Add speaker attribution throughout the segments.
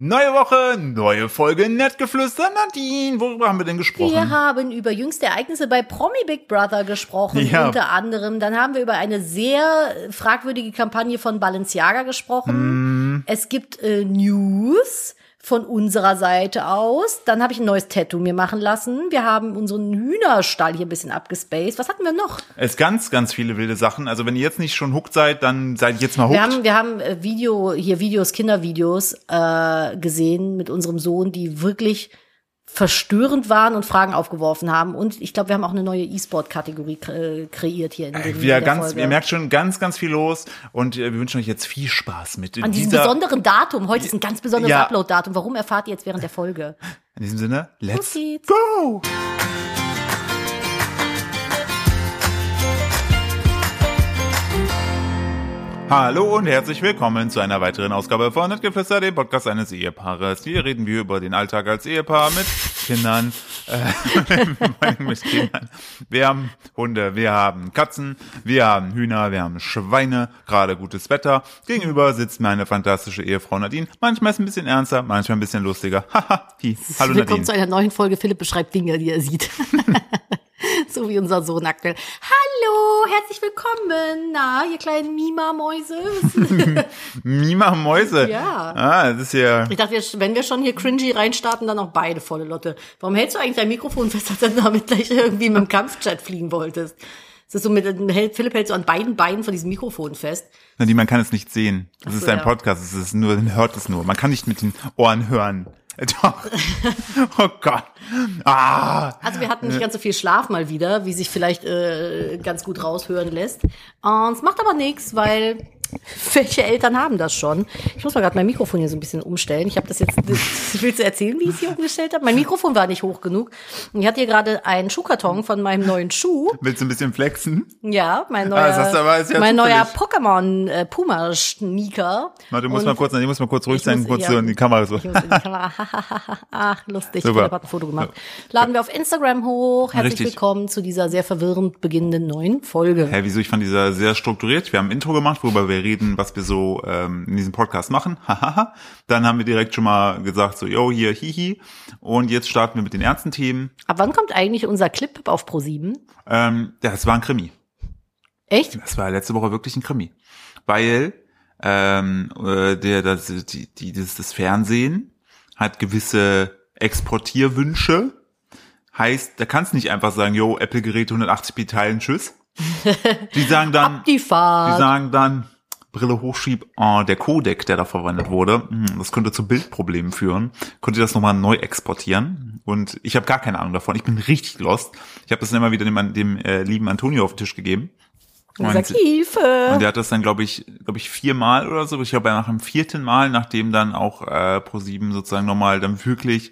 Speaker 1: Neue Woche, neue Folge Nettgeflüster. Nadine, worüber haben wir denn gesprochen?
Speaker 2: Wir haben über jüngste Ereignisse bei Promi Big Brother gesprochen,
Speaker 1: Ja.
Speaker 2: unter anderem. Dann haben wir über eine sehr fragwürdige Kampagne von Balenciaga gesprochen.
Speaker 1: Mhm.
Speaker 2: Es gibt äh, News von unserer Seite aus. Dann habe ich ein neues Tattoo mir machen lassen. Wir haben unseren Hühnerstall hier ein bisschen abgespaced. Was hatten wir noch?
Speaker 1: Es ganz, ganz viele wilde Sachen. Also wenn ihr jetzt nicht schon hooked seid, dann seid jetzt mal hooked.
Speaker 2: Wir haben, wir haben äh, Video, hier Videos, Kindervideos äh, gesehen mit unserem Sohn, die wirklich verstörend waren und Fragen aufgeworfen haben. Und ich glaube, wir haben auch eine neue E-Sport-Kategorie kre- äh, kreiert hier in, den, in
Speaker 1: Wieder
Speaker 2: der
Speaker 1: ganz,
Speaker 2: Folge.
Speaker 1: ihr merkt schon ganz, ganz viel los und äh, wir wünschen euch jetzt viel Spaß mit
Speaker 2: an diesem
Speaker 1: dieser.
Speaker 2: besonderen Datum. Heute ist ein ganz besonderes
Speaker 1: Ja.
Speaker 2: Upload-Datum. Warum erfahrt ihr jetzt während der Folge?
Speaker 1: In diesem Sinne, let's
Speaker 2: geht's.
Speaker 1: go! Hallo und herzlich willkommen zu einer weiteren Ausgabe von Nettgeflüster, dem Podcast eines Ehepaares. Hier reden wir über den Alltag als Ehepaar mit Kindern, äh, mit Kindern. Wir haben Hunde, wir haben Katzen, wir haben Hühner, wir haben Schweine, gerade gutes Wetter. Gegenüber sitzt meine fantastische Ehefrau Nadine. Manchmal ist ein bisschen ernster, manchmal ein bisschen lustiger. Haha, hi. Hallo Nadine.
Speaker 2: Willkommen zu einer neuen Folge. Philipp beschreibt Dinge, die er sieht. so wie unser Sohn aktuell. Hallo, herzlich willkommen. Na, ihr kleinen Mima-Mäuse.
Speaker 1: Mima Mäuse.
Speaker 2: Ja.
Speaker 1: Ah, das ist ja.
Speaker 2: Ich dachte, wir- wenn wir schon hier cringy reinstarten, dann auch beide volle Lotte. Warum hältst du eigentlich dein Mikrofon fest, als du damit gleich irgendwie mit dem Kampfchat fliegen wolltest? Das ist so mit, äh, hält- Philipp hält so an beiden Beinen von diesem Mikrofon fest.
Speaker 1: Nadine, man kann es nicht sehen. Das
Speaker 2: so,
Speaker 1: ist ein
Speaker 2: ja.
Speaker 1: Podcast. Es ist nur, man hört es nur. Man kann nicht mit den Ohren hören. Äh, Doch. oh Gott. Ah.
Speaker 2: Also wir hatten nicht ganz so viel Schlaf mal wieder, wie sich vielleicht äh, ganz gut raushören lässt. Und es macht aber nichts, weil welche Eltern haben das schon? Ich muss mal gerade mein Mikrofon hier so ein bisschen umstellen. Ich habe das jetzt. Willst du erzählen, wie ich es hier umgestellt habe? Mein Mikrofon war nicht hoch genug. Und ich hatte hier gerade einen Schuhkarton von meinem neuen Schuh.
Speaker 1: Willst du ein bisschen flexen?
Speaker 2: Ja, mein neuer,
Speaker 1: Ah, das hast du aber- ist ja
Speaker 2: mein
Speaker 1: zufällig.
Speaker 2: neuer Pokémon äh, Puma Sneaker.
Speaker 1: Warte, du musst mal kurz, Nadine, muss mal kurz ruhig sein, kurz so in die Kamera so.
Speaker 2: Ich muss in die Kamera. Ach, lustig.
Speaker 1: Super.
Speaker 2: Philipp hat ein Foto gemacht. Laden wir auf Instagram hoch. Herzlich
Speaker 1: Richtig.
Speaker 2: willkommen zu dieser sehr verwirrend beginnenden neuen Folge.
Speaker 1: Hä, wieso? Ich fand dieser sehr strukturiert. Wir haben ein Intro gemacht, worüber wir reden, was wir so ähm, in diesem Podcast machen. Hahaha. Dann haben wir direkt schon mal gesagt, so, yo, hier, hihi. Und jetzt starten wir mit den ernsten Themen.
Speaker 2: Ab wann kommt eigentlich unser Clip auf Pro7?
Speaker 1: Ähm, ja, es war ein Krimi.
Speaker 2: Echt?
Speaker 1: Das war letzte Woche wirklich ein Krimi. Weil ähm, äh, der, das, die, die, das, das Fernsehen hat gewisse Exportierwünsche. Heißt, da kannst du nicht einfach sagen, yo, Apple-Geräte 180p teilen, tschüss. Die sagen dann,
Speaker 2: Die
Speaker 1: die
Speaker 2: Fahrt.
Speaker 1: sagen dann, Brille hochschieb, oh, der Codec, der da verwendet wurde, hm, das könnte zu Bildproblemen führen. Könnt ihr das nochmal neu exportieren? Und ich habe gar keine Ahnung davon. Ich bin richtig lost. Ich habe das dann immer wieder dem, dem äh, lieben Antonio auf den Tisch gegeben.
Speaker 2: Und sagt,
Speaker 1: Und- und
Speaker 2: Hilfe.
Speaker 1: der hat das dann, glaube ich, glaube ich, viermal oder so. Ich glaube, nach dem vierten Mal, nachdem dann auch äh, Pro7 sozusagen nochmal dann wirklich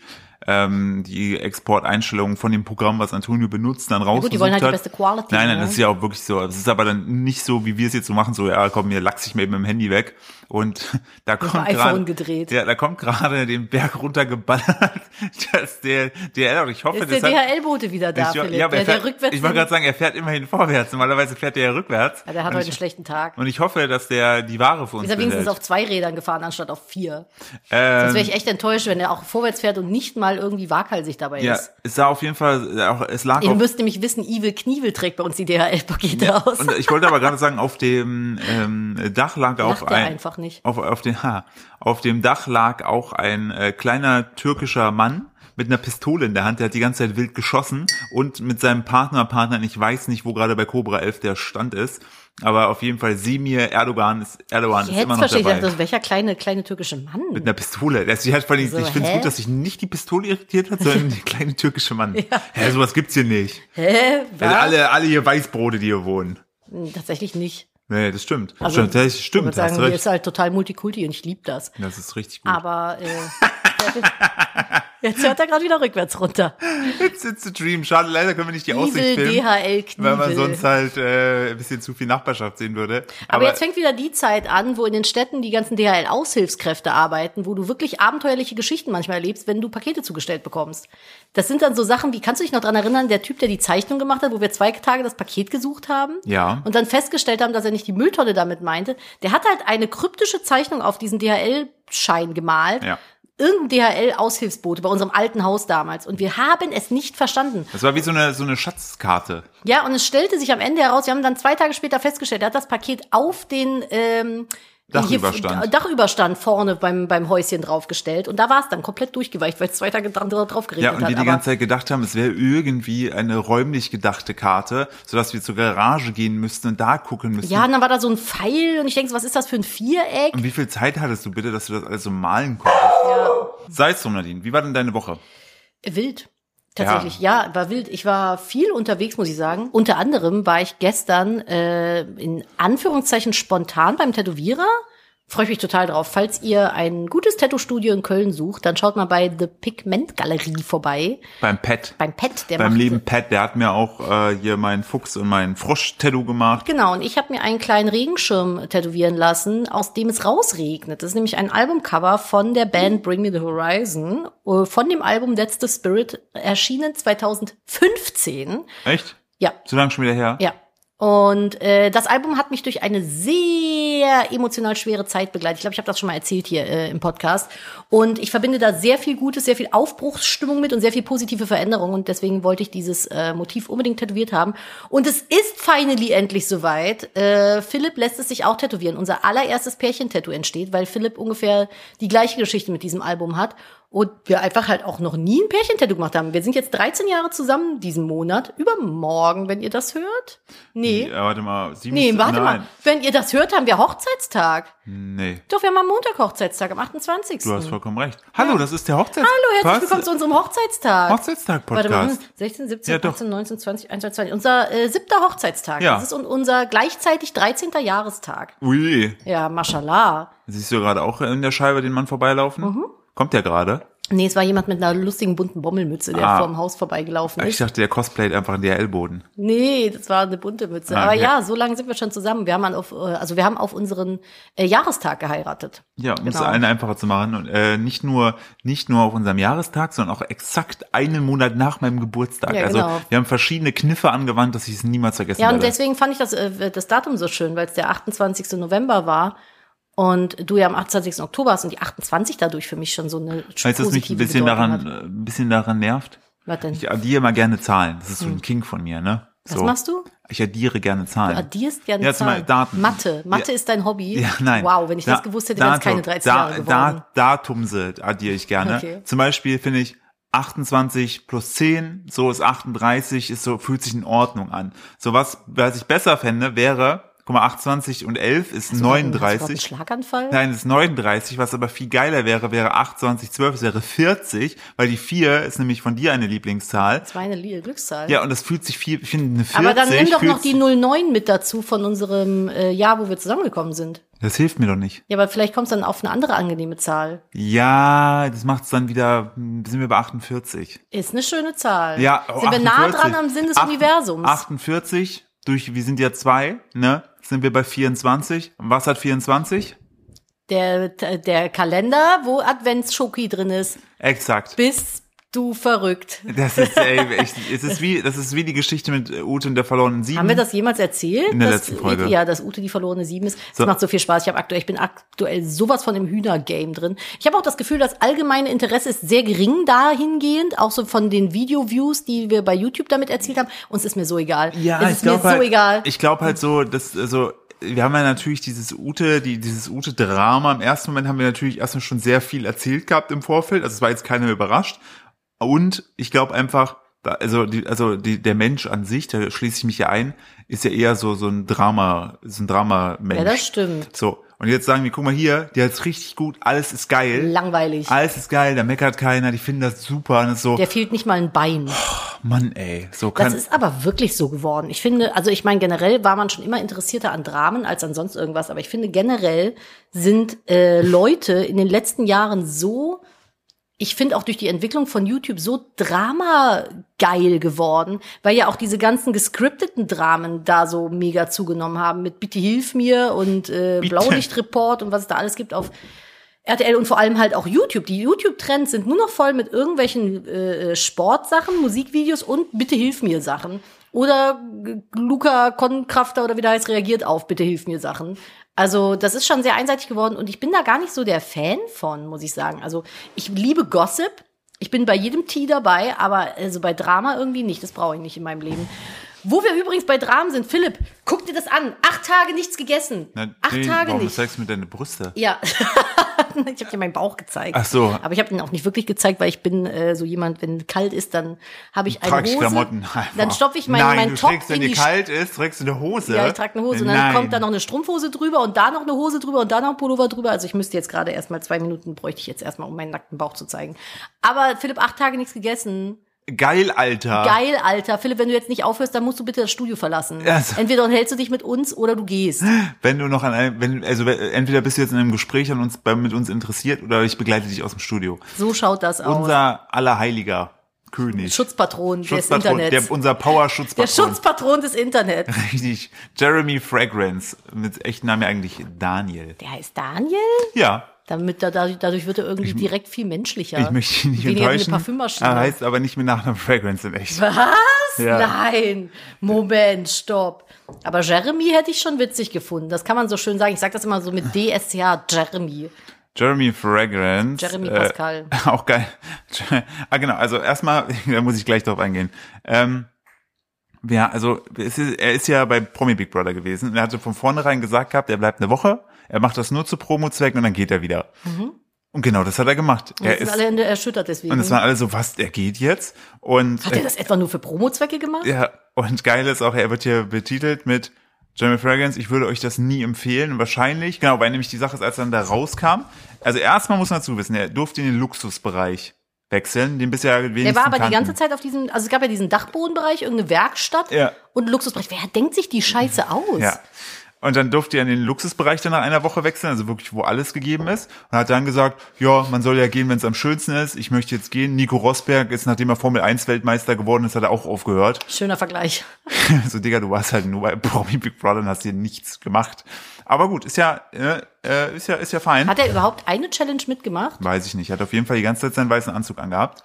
Speaker 1: ähm, die Exporteinstellungen von dem Programm, was Antonio benutzt, dann raus.
Speaker 2: gut, die wollen halt die beste Quality,
Speaker 1: Nein, nein,
Speaker 2: ne?
Speaker 1: das ist ja auch wirklich so. Das ist aber dann nicht so, wie wir es jetzt so machen, so, ja, komm, hier lachs ich mir eben im Handy weg. Und da kommt
Speaker 2: iPhone
Speaker 1: gerade.
Speaker 2: gedreht.
Speaker 1: Ja, da kommt gerade den Berg runtergeballert, dass der, der, ich hoffe,
Speaker 2: Ist der
Speaker 1: das hat,
Speaker 2: DHL-Bote wieder da,
Speaker 1: halt- ich,
Speaker 2: Philipp?
Speaker 1: ja, aber
Speaker 2: der,
Speaker 1: er
Speaker 2: der
Speaker 1: fährt,
Speaker 2: rückwärts.
Speaker 1: ich wollte gerade sagen, er fährt immerhin vorwärts. Normalerweise fährt er ja rückwärts.
Speaker 2: ja, der hat
Speaker 1: Und
Speaker 2: heute
Speaker 1: ich-
Speaker 2: einen schlechten Tag.
Speaker 1: und ich hoffe, dass der die Ware für uns
Speaker 2: Ist er wenigstens
Speaker 1: behält.
Speaker 2: auf zwei Rädern gefahren, anstatt auf vier. Sonst
Speaker 1: ähm,
Speaker 2: wäre ich echt enttäuscht, wenn er auch vorwärts fährt und nicht mal irgendwie waghalsig dabei
Speaker 1: ja,
Speaker 2: ist.
Speaker 1: es sah auf jeden Fall, äh, auch, es lag
Speaker 2: Ihr
Speaker 1: auf,
Speaker 2: müsst nämlich wissen, Evil Knievel trägt bei uns die DHL-Pakete aus.
Speaker 1: und ich wollte aber gerade sagen, auf dem ähm, Dach lag auch
Speaker 2: Macht er
Speaker 1: ein,
Speaker 2: einfach nicht.
Speaker 1: auf, auf den, ha, auf dem Dach lag auch ein äh, kleiner türkischer Mann mit einer Pistole in der Hand, der hat die ganze Zeit wild geschossen und mit seinem Partner, Partnerin, ich weiß nicht, wo gerade bei Cobra 11 der Stand ist, aber auf jeden Fall Semir Erdogan ist, Erdogan ist
Speaker 2: Jetzt
Speaker 1: immer noch
Speaker 2: verstehe ich,
Speaker 1: dabei.
Speaker 2: dachte, das, also welcher kleine, kleine türkische Mann.
Speaker 1: Mit einer Pistole. Also ich halt vor allem,
Speaker 2: So,
Speaker 1: ich finde es
Speaker 2: hä?
Speaker 1: gut, dass sich nicht die Pistole irritiert hat, sondern der kleine türkische Mann. Hä, sowas gibt's hier nicht.
Speaker 2: Hä?
Speaker 1: Also
Speaker 2: Was?
Speaker 1: alle, alle hier Weißbrote, die hier wohnen.
Speaker 2: Hm, Tatsächlich nicht.
Speaker 1: Nee, das stimmt. Das
Speaker 2: Also,
Speaker 1: stimmt, das
Speaker 2: Ich
Speaker 1: stimmt, hast
Speaker 2: würde sagen,
Speaker 1: du
Speaker 2: hier
Speaker 1: recht.
Speaker 2: ist halt total Multikulti und ich liebe das.
Speaker 1: Das ist richtig gut.
Speaker 2: Aber äh, jetzt hört er gerade wieder rückwärts runter.
Speaker 1: It's, it's a dream. Schade, leider können wir nicht die Aussicht
Speaker 2: Evil
Speaker 1: filmen,
Speaker 2: DHL
Speaker 1: weil man
Speaker 2: Knievel.
Speaker 1: sonst halt äh, ein bisschen zu viel Nachbarschaft sehen würde.
Speaker 2: Aber, jetzt fängt wieder die Zeit an, wo in den Städten die ganzen DHL-Aushilfskräfte arbeiten, wo du wirklich abenteuerliche Geschichten manchmal erlebst, wenn du Pakete zugestellt bekommst. Das sind dann so Sachen, wie kannst du dich noch dran erinnern, der Typ, der die Zeichnung gemacht hat, wo wir zwei Tage das Paket gesucht haben
Speaker 1: Ja.
Speaker 2: und dann festgestellt haben, dass er nicht die Mülltonne damit meinte, der hat halt eine kryptische Zeichnung auf diesen DHL-Schein gemalt.
Speaker 1: Ja.
Speaker 2: irgendein DHL-Aushilfsbote bei unserem alten Haus damals und wir haben es nicht verstanden.
Speaker 1: Das war wie so eine, so eine Schatzkarte.
Speaker 2: Ja, und es stellte sich am Ende heraus, wir haben dann zwei Tage später festgestellt, er hat das Paket auf den ähm,
Speaker 1: Dachüberstand.
Speaker 2: hier- Dachüberstand vorne beim, beim Häuschen draufgestellt und da war es dann komplett durchgeweicht, weil es zwei Tage dran drauf geregnet
Speaker 1: Ja, und
Speaker 2: hat.
Speaker 1: die die
Speaker 2: aber-
Speaker 1: ganze Zeit gedacht haben, es wäre irgendwie eine räumlich gedachte Karte, sodass wir zur Garage gehen müssten und da gucken müssten.
Speaker 2: ja, und dann war da so ein Pfeil und ich denke, so, was ist das für ein Viereck?
Speaker 1: Und wie viel Zeit hattest du bitte, dass du das alles so malen konntest? Sei es drum, Nadine. Wie war denn deine Woche?
Speaker 2: Wild. Tatsächlich, ja. war wild. Ich war viel unterwegs, muss ich sagen. Unter anderem war ich gestern äh, in Anführungszeichen spontan beim Tätowierer. Freue ich mich total drauf. Falls ihr ein gutes Tattoo-Studio in Köln sucht, dann schaut mal bei The Pigment Galerie vorbei.
Speaker 1: Beim Pet.
Speaker 2: Beim Pet, der
Speaker 1: Beim
Speaker 2: macht
Speaker 1: lieben Pat, der hat mir auch äh, hier meinen Fuchs und meinen Frosch-Tattoo gemacht.
Speaker 2: Genau, und ich habe mir einen kleinen Regenschirm tätowieren lassen, aus dem es rausregnet. Das ist nämlich ein Albumcover von der Band Bring Me the Horizon, äh, von dem Album That's the Spirit, erschienen 2015.
Speaker 1: Echt?
Speaker 2: Ja,
Speaker 1: So lange schon wieder her?
Speaker 2: ja. Und äh, das Album hat mich durch eine sehr emotional schwere Zeit begleitet. Ich glaube, ich habe das schon mal erzählt hier äh, im Podcast. Und ich verbinde da sehr viel Gutes, sehr viel Aufbruchsstimmung mit und sehr viel positive Veränderung. Und deswegen wollte ich dieses äh, Motiv unbedingt tätowiert haben. Und es ist finally endlich soweit. Äh, Philipp lässt es sich auch tätowieren. Unser allererstes Pärchen-Tattoo entsteht, weil Philipp ungefähr die gleiche Geschichte mit diesem Album hat. Und wir einfach halt auch noch nie ein Pärchen-Tattoo gemacht haben. Wir sind jetzt 13 Jahre zusammen diesen Monat. Übermorgen, wenn ihr das hört. Nee.
Speaker 1: Ja, Äh, warte mal. Sieben
Speaker 2: Nee, warte
Speaker 1: Nein.
Speaker 2: mal. Wenn ihr das hört, haben wir Hochzeitstag.
Speaker 1: Nee,
Speaker 2: Doch, wir haben am Montag Hochzeitstag, am 28.
Speaker 1: du hast vollkommen recht. Hallo, das ist der Hochzeitstag.
Speaker 2: Hallo, herzlich willkommen zu unserem Hochzeitstag. Warte mal,
Speaker 1: Hochzeitstag-Podcast.
Speaker 2: hm, 16, 17,
Speaker 1: Ja, doch.
Speaker 2: 18, 19, 20, 21, 22. Unser äh, siebter Hochzeitstag.
Speaker 1: Ja.
Speaker 2: Das ist un unser gleichzeitig 13. Jahrestag.
Speaker 1: Ui,
Speaker 2: Ja, mashallah.
Speaker 1: siehst du gerade auch in der Scheibe den Mann vorbeilaufen?
Speaker 2: Mhm.
Speaker 1: Kommt der gerade?
Speaker 2: Nee, es war jemand mit einer lustigen bunten Bommelmütze, der
Speaker 1: Ah.
Speaker 2: vor dem Haus vorbeigelaufen
Speaker 1: Ich
Speaker 2: ist.
Speaker 1: dachte, der cosplayt einfach in DHL-Boden.
Speaker 2: Nee, das war eine bunte Mütze.
Speaker 1: Ah,
Speaker 2: Aber
Speaker 1: okay.
Speaker 2: ja, so lange sind wir schon zusammen. Wir haben an auf, äh, also wir haben auf unseren äh, Jahrestag geheiratet.
Speaker 1: Ja, um es
Speaker 2: Genau.
Speaker 1: allen einfacher zu machen. Und äh, nicht nur nicht nur auf unserem Jahrestag, sondern auch exakt einen Monat nach meinem Geburtstag.
Speaker 2: Ja,
Speaker 1: also
Speaker 2: genau.
Speaker 1: wir haben verschiedene Kniffe angewandt, dass ich es niemals vergessen
Speaker 2: Ja, und
Speaker 1: werde.
Speaker 2: deswegen fand ich das, äh, das Datum so schön, weil es der 28. November war und du ja am 28. Oktober hast und die 28 dadurch für mich schon so eine
Speaker 1: Weißt du, was mich ein bisschen
Speaker 2: Bedeutung
Speaker 1: daran,
Speaker 2: hat.
Speaker 1: äh, ein bisschen daran nervt?
Speaker 2: Was denn?
Speaker 1: Ich addiere immer gerne Zahlen. Das ist so ein King von mir, ne?
Speaker 2: Hm. Was
Speaker 1: so.
Speaker 2: machst du?
Speaker 1: Ich addiere gerne Zahlen.
Speaker 2: Du addierst gerne
Speaker 1: Ja, zum
Speaker 2: Zahlen.
Speaker 1: Beispiel Daten.
Speaker 2: Mathe. Mathe
Speaker 1: Ja.
Speaker 2: ist dein Hobby.
Speaker 1: Ja, nein.
Speaker 2: Wow, wenn ich
Speaker 1: Da-
Speaker 2: das gewusst hätte, wäre es keine
Speaker 1: Datum-
Speaker 2: 13 Jahre geworden.
Speaker 1: Da, Datum sind, addiere ich gerne.
Speaker 2: Okay.
Speaker 1: Zum Beispiel finde ich 28 plus 10, so ist 38, ist so, fühlt sich in Ordnung an. So was, was ich besser fände, wäre, guck mal, 28 und 11 ist
Speaker 2: Also, Hast du einen
Speaker 1: 39.
Speaker 2: Schlaganfall?
Speaker 1: Nein, es ist 39. Was aber viel geiler wäre, wäre 28, 12, es wäre 40, weil die 4 ist nämlich von dir eine Lieblingszahl.
Speaker 2: Das war eine Lie- Glückszahl.
Speaker 1: Ja, und das fühlt sich viel, ich finde eine 40.
Speaker 2: Aber dann nimm doch
Speaker 1: fühlt
Speaker 2: noch die 09 mit dazu von unserem äh, Jahr, wo wir zusammengekommen sind.
Speaker 1: Das hilft mir doch nicht.
Speaker 2: Ja, aber vielleicht kommst du dann auf eine andere angenehme Zahl.
Speaker 1: Ja, das macht's dann wieder, hm, sind wir bei 48.
Speaker 2: Ist eine schöne Zahl.
Speaker 1: Ja,
Speaker 2: sind
Speaker 1: oh,
Speaker 2: wir nah
Speaker 1: 48.
Speaker 2: dran am Sinn des
Speaker 1: Acht-
Speaker 2: Universums.
Speaker 1: 48 durch, wir sind ja zwei, ne? Sind wir bei 24. Und was hat 24?
Speaker 2: Der, der Kalender, wo Adventsschoki drin ist.
Speaker 1: Exakt.
Speaker 2: Bist du verrückt?
Speaker 1: Das ist, ey, ich, es ist wie, das ist wie die Geschichte mit äh, Ute und der verlorenen Sieben.
Speaker 2: Haben wir das jemals erzählt?
Speaker 1: In der
Speaker 2: dass,
Speaker 1: letzten Folge.
Speaker 2: Ja, dass Ute die verlorene Sieben ist. Das
Speaker 1: So.
Speaker 2: macht so viel Spaß. Ich, hab aktuell, ich bin aktuell sowas von im Hühnergame drin. Ich habe auch das Gefühl, das allgemeine Interesse ist sehr gering dahingehend, auch so von den Video-Views, die wir bei YouTube damit erzielt haben. Uns ist mir so egal.
Speaker 1: Ja,
Speaker 2: es
Speaker 1: ich
Speaker 2: ist mir
Speaker 1: glaube halt,
Speaker 2: so egal.
Speaker 1: Ich glaube halt so, dass also wir haben ja natürlich dieses Ute, die, dieses Ute-Drama. Im ersten Moment haben wir natürlich erstmal schon sehr viel erzählt gehabt im Vorfeld. Also es war jetzt keiner überrascht. Und ich glaube einfach, da, also die, also die, der Mensch an sich, da schließe ich mich ja ein, ist ja eher so so ein Drama, so ein Drama-Mensch.
Speaker 2: ja, das stimmt.
Speaker 1: So und jetzt sagen wir, guck mal hier, die hat's richtig gut, alles ist geil,
Speaker 2: Langweilig.
Speaker 1: alles ist geil, da meckert keiner, die finden das super und das ist so,
Speaker 2: Der fehlt nicht mal ein Bein.
Speaker 1: Mann, ey, so
Speaker 2: Das
Speaker 1: kann.
Speaker 2: ist aber wirklich so geworden. Ich finde, also ich meine, generell war man schon immer interessierter an Dramen als an sonst irgendwas, aber ich finde generell sind äh, Leute in den letzten Jahren so, ich finde auch durch die Entwicklung von YouTube so dramageil geworden, weil ja auch diese ganzen gescripteten Dramen da so mega zugenommen haben mit Bitte hilf mir und äh,
Speaker 1: Bitte.
Speaker 2: Blaulichtreport und was es da alles gibt auf RTL und vor allem halt auch YouTube. Die YouTube-Trends sind nur noch voll mit irgendwelchen äh, Sportsachen, Musikvideos und bitte hilf mir Sachen. Oder äh, Luca Konkrafter oder wie der heißt, reagiert auf bitte hilf mir Sachen. Also das ist schon sehr einseitig geworden und ich bin da gar nicht so der Fan von, muss ich sagen. Also ich liebe Gossip. Ich bin bei jedem Tee dabei, aber also bei Drama irgendwie nicht. Das brauche ich nicht in meinem Leben. Wo wir übrigens bei Dramen sind, Philipp, guck dir das an. Acht Tage nichts gegessen.
Speaker 1: Na,
Speaker 2: Acht
Speaker 1: nee,
Speaker 2: Tage
Speaker 1: warum
Speaker 2: nicht.
Speaker 1: zeigst du mir deine Brüste?
Speaker 2: Ja, ich habe dir meinen Bauch gezeigt.
Speaker 1: Ach so.
Speaker 2: Aber ich habe den auch nicht wirklich gezeigt, weil ich bin äh, so jemand, wenn kalt ist, dann habe ich eine
Speaker 1: Trag ich
Speaker 2: Hose.
Speaker 1: Klamotten einfach.
Speaker 2: Dann stopfe ich meinen
Speaker 1: Nein,
Speaker 2: meinen
Speaker 1: du
Speaker 2: Top
Speaker 1: trägst,
Speaker 2: in
Speaker 1: wenn
Speaker 2: die
Speaker 1: dir kalt ist, trägst du eine Hose.
Speaker 2: Ja, ich trage eine Hose und dann
Speaker 1: Nein.
Speaker 2: kommt da noch eine Strumpfhose drüber und da noch eine Hose drüber und da noch ein Pullover drüber. Also ich müsste jetzt gerade erstmal zwei Minuten bräuchte ich jetzt erstmal, um meinen nackten Bauch zu zeigen. Aber Philipp, acht Tage nichts gegessen.
Speaker 1: Geil, Alter.
Speaker 2: Geil, Alter. Philipp, wenn du jetzt nicht aufhörst, dann musst du bitte das Studio verlassen.
Speaker 1: Also-
Speaker 2: Entweder unterhältst du dich mit uns oder du gehst.
Speaker 1: Wenn du noch an einem, wenn, also äh, entweder bist du jetzt in einem Gespräch und uns, bei- mit uns interessiert oder ich begleite dich aus dem Studio.
Speaker 2: So schaut das aus.
Speaker 1: Unser allerheiliger König.
Speaker 2: Schutzpatron des
Speaker 1: Schutzpatron,
Speaker 2: Internets.
Speaker 1: der, unser
Speaker 2: Der
Speaker 1: Power-Schutzpatron.
Speaker 2: Schutzpatron des Internets.
Speaker 1: Richtig. Jeremy Fragrance. Mit echten Namen ja eigentlich Daniel.
Speaker 2: Der heißt Daniel?
Speaker 1: Ja.
Speaker 2: Damit er, dadurch, dadurch wird er irgendwie direkt viel menschlicher.
Speaker 1: Ich möchte ihn nicht
Speaker 2: Weniger wie eine
Speaker 1: enttäuschen.
Speaker 2: Parfümmaschine.
Speaker 1: Er heißt aber nicht mit Nachnamen Fragrance in echt.
Speaker 2: Was?
Speaker 1: Ja.
Speaker 2: Nein. Moment, stopp. Aber Jeremy hätte ich schon witzig gefunden. Das kann man so schön sagen. Ich sage das immer so mit DSCH, Jeremy.
Speaker 1: Jeremy Fragrance.
Speaker 2: Jeremy
Speaker 1: äh,
Speaker 2: Pascal.
Speaker 1: Auch geil. ah, genau. Also erstmal, da muss ich gleich drauf eingehen. Ähm, ja, also es ist, er ist ja bei Promi Big Brother gewesen. Und er hatte von vornherein gesagt gehabt, er bleibt eine Woche, er macht das nur zu Promo-Zwecken und dann geht er wieder. Und genau das hat er gemacht.
Speaker 2: Wir
Speaker 1: Er
Speaker 2: Mhm. sind
Speaker 1: ist,
Speaker 2: alle in der- erschüttert
Speaker 1: und
Speaker 2: deswegen.
Speaker 1: es waren alle so, was, er geht jetzt? Und äh,
Speaker 2: Hat er das etwa nur für Promo-Zwecke gemacht?
Speaker 1: ja, und geil ist auch, er wird hier betitelt mit Jeremy Fragrance, ich würde euch das nie empfehlen. Und wahrscheinlich, genau, weil nämlich die Sache ist, als er dann da rauskam. Also erstmal muss man dazu wissen, er durfte in den Luxusbereich wechseln, den bisher wenigstens
Speaker 2: Der war aber die
Speaker 1: kannten.
Speaker 2: ganze Zeit auf diesem, also es gab ja diesen Dachbodenbereich, irgendeine Werkstatt
Speaker 1: Ja.
Speaker 2: und Luxusbereich. Wer denkt sich die Scheiße aus?
Speaker 1: Ja. Und dann durfte er in den Luxusbereich dann nach einer Woche wechseln, also wirklich, wo alles gegeben ist. Und hat dann gesagt, ja, man soll ja gehen, wenn es am schönsten ist. Ich möchte jetzt gehen. Nico Rosberg ist, nachdem er Formel 1 Weltmeister geworden ist, hat er auch aufgehört.
Speaker 2: Schöner Vergleich.
Speaker 1: so, Digga, du warst halt nur bei Promi Big Brother und hast hier nichts gemacht. Aber gut, ist ja, äh, äh, ist ja, ist ja fein.
Speaker 2: Hat er überhaupt eine Challenge mitgemacht?
Speaker 1: weiß ich nicht. Hat auf jeden Fall die ganze Zeit seinen weißen Anzug angehabt.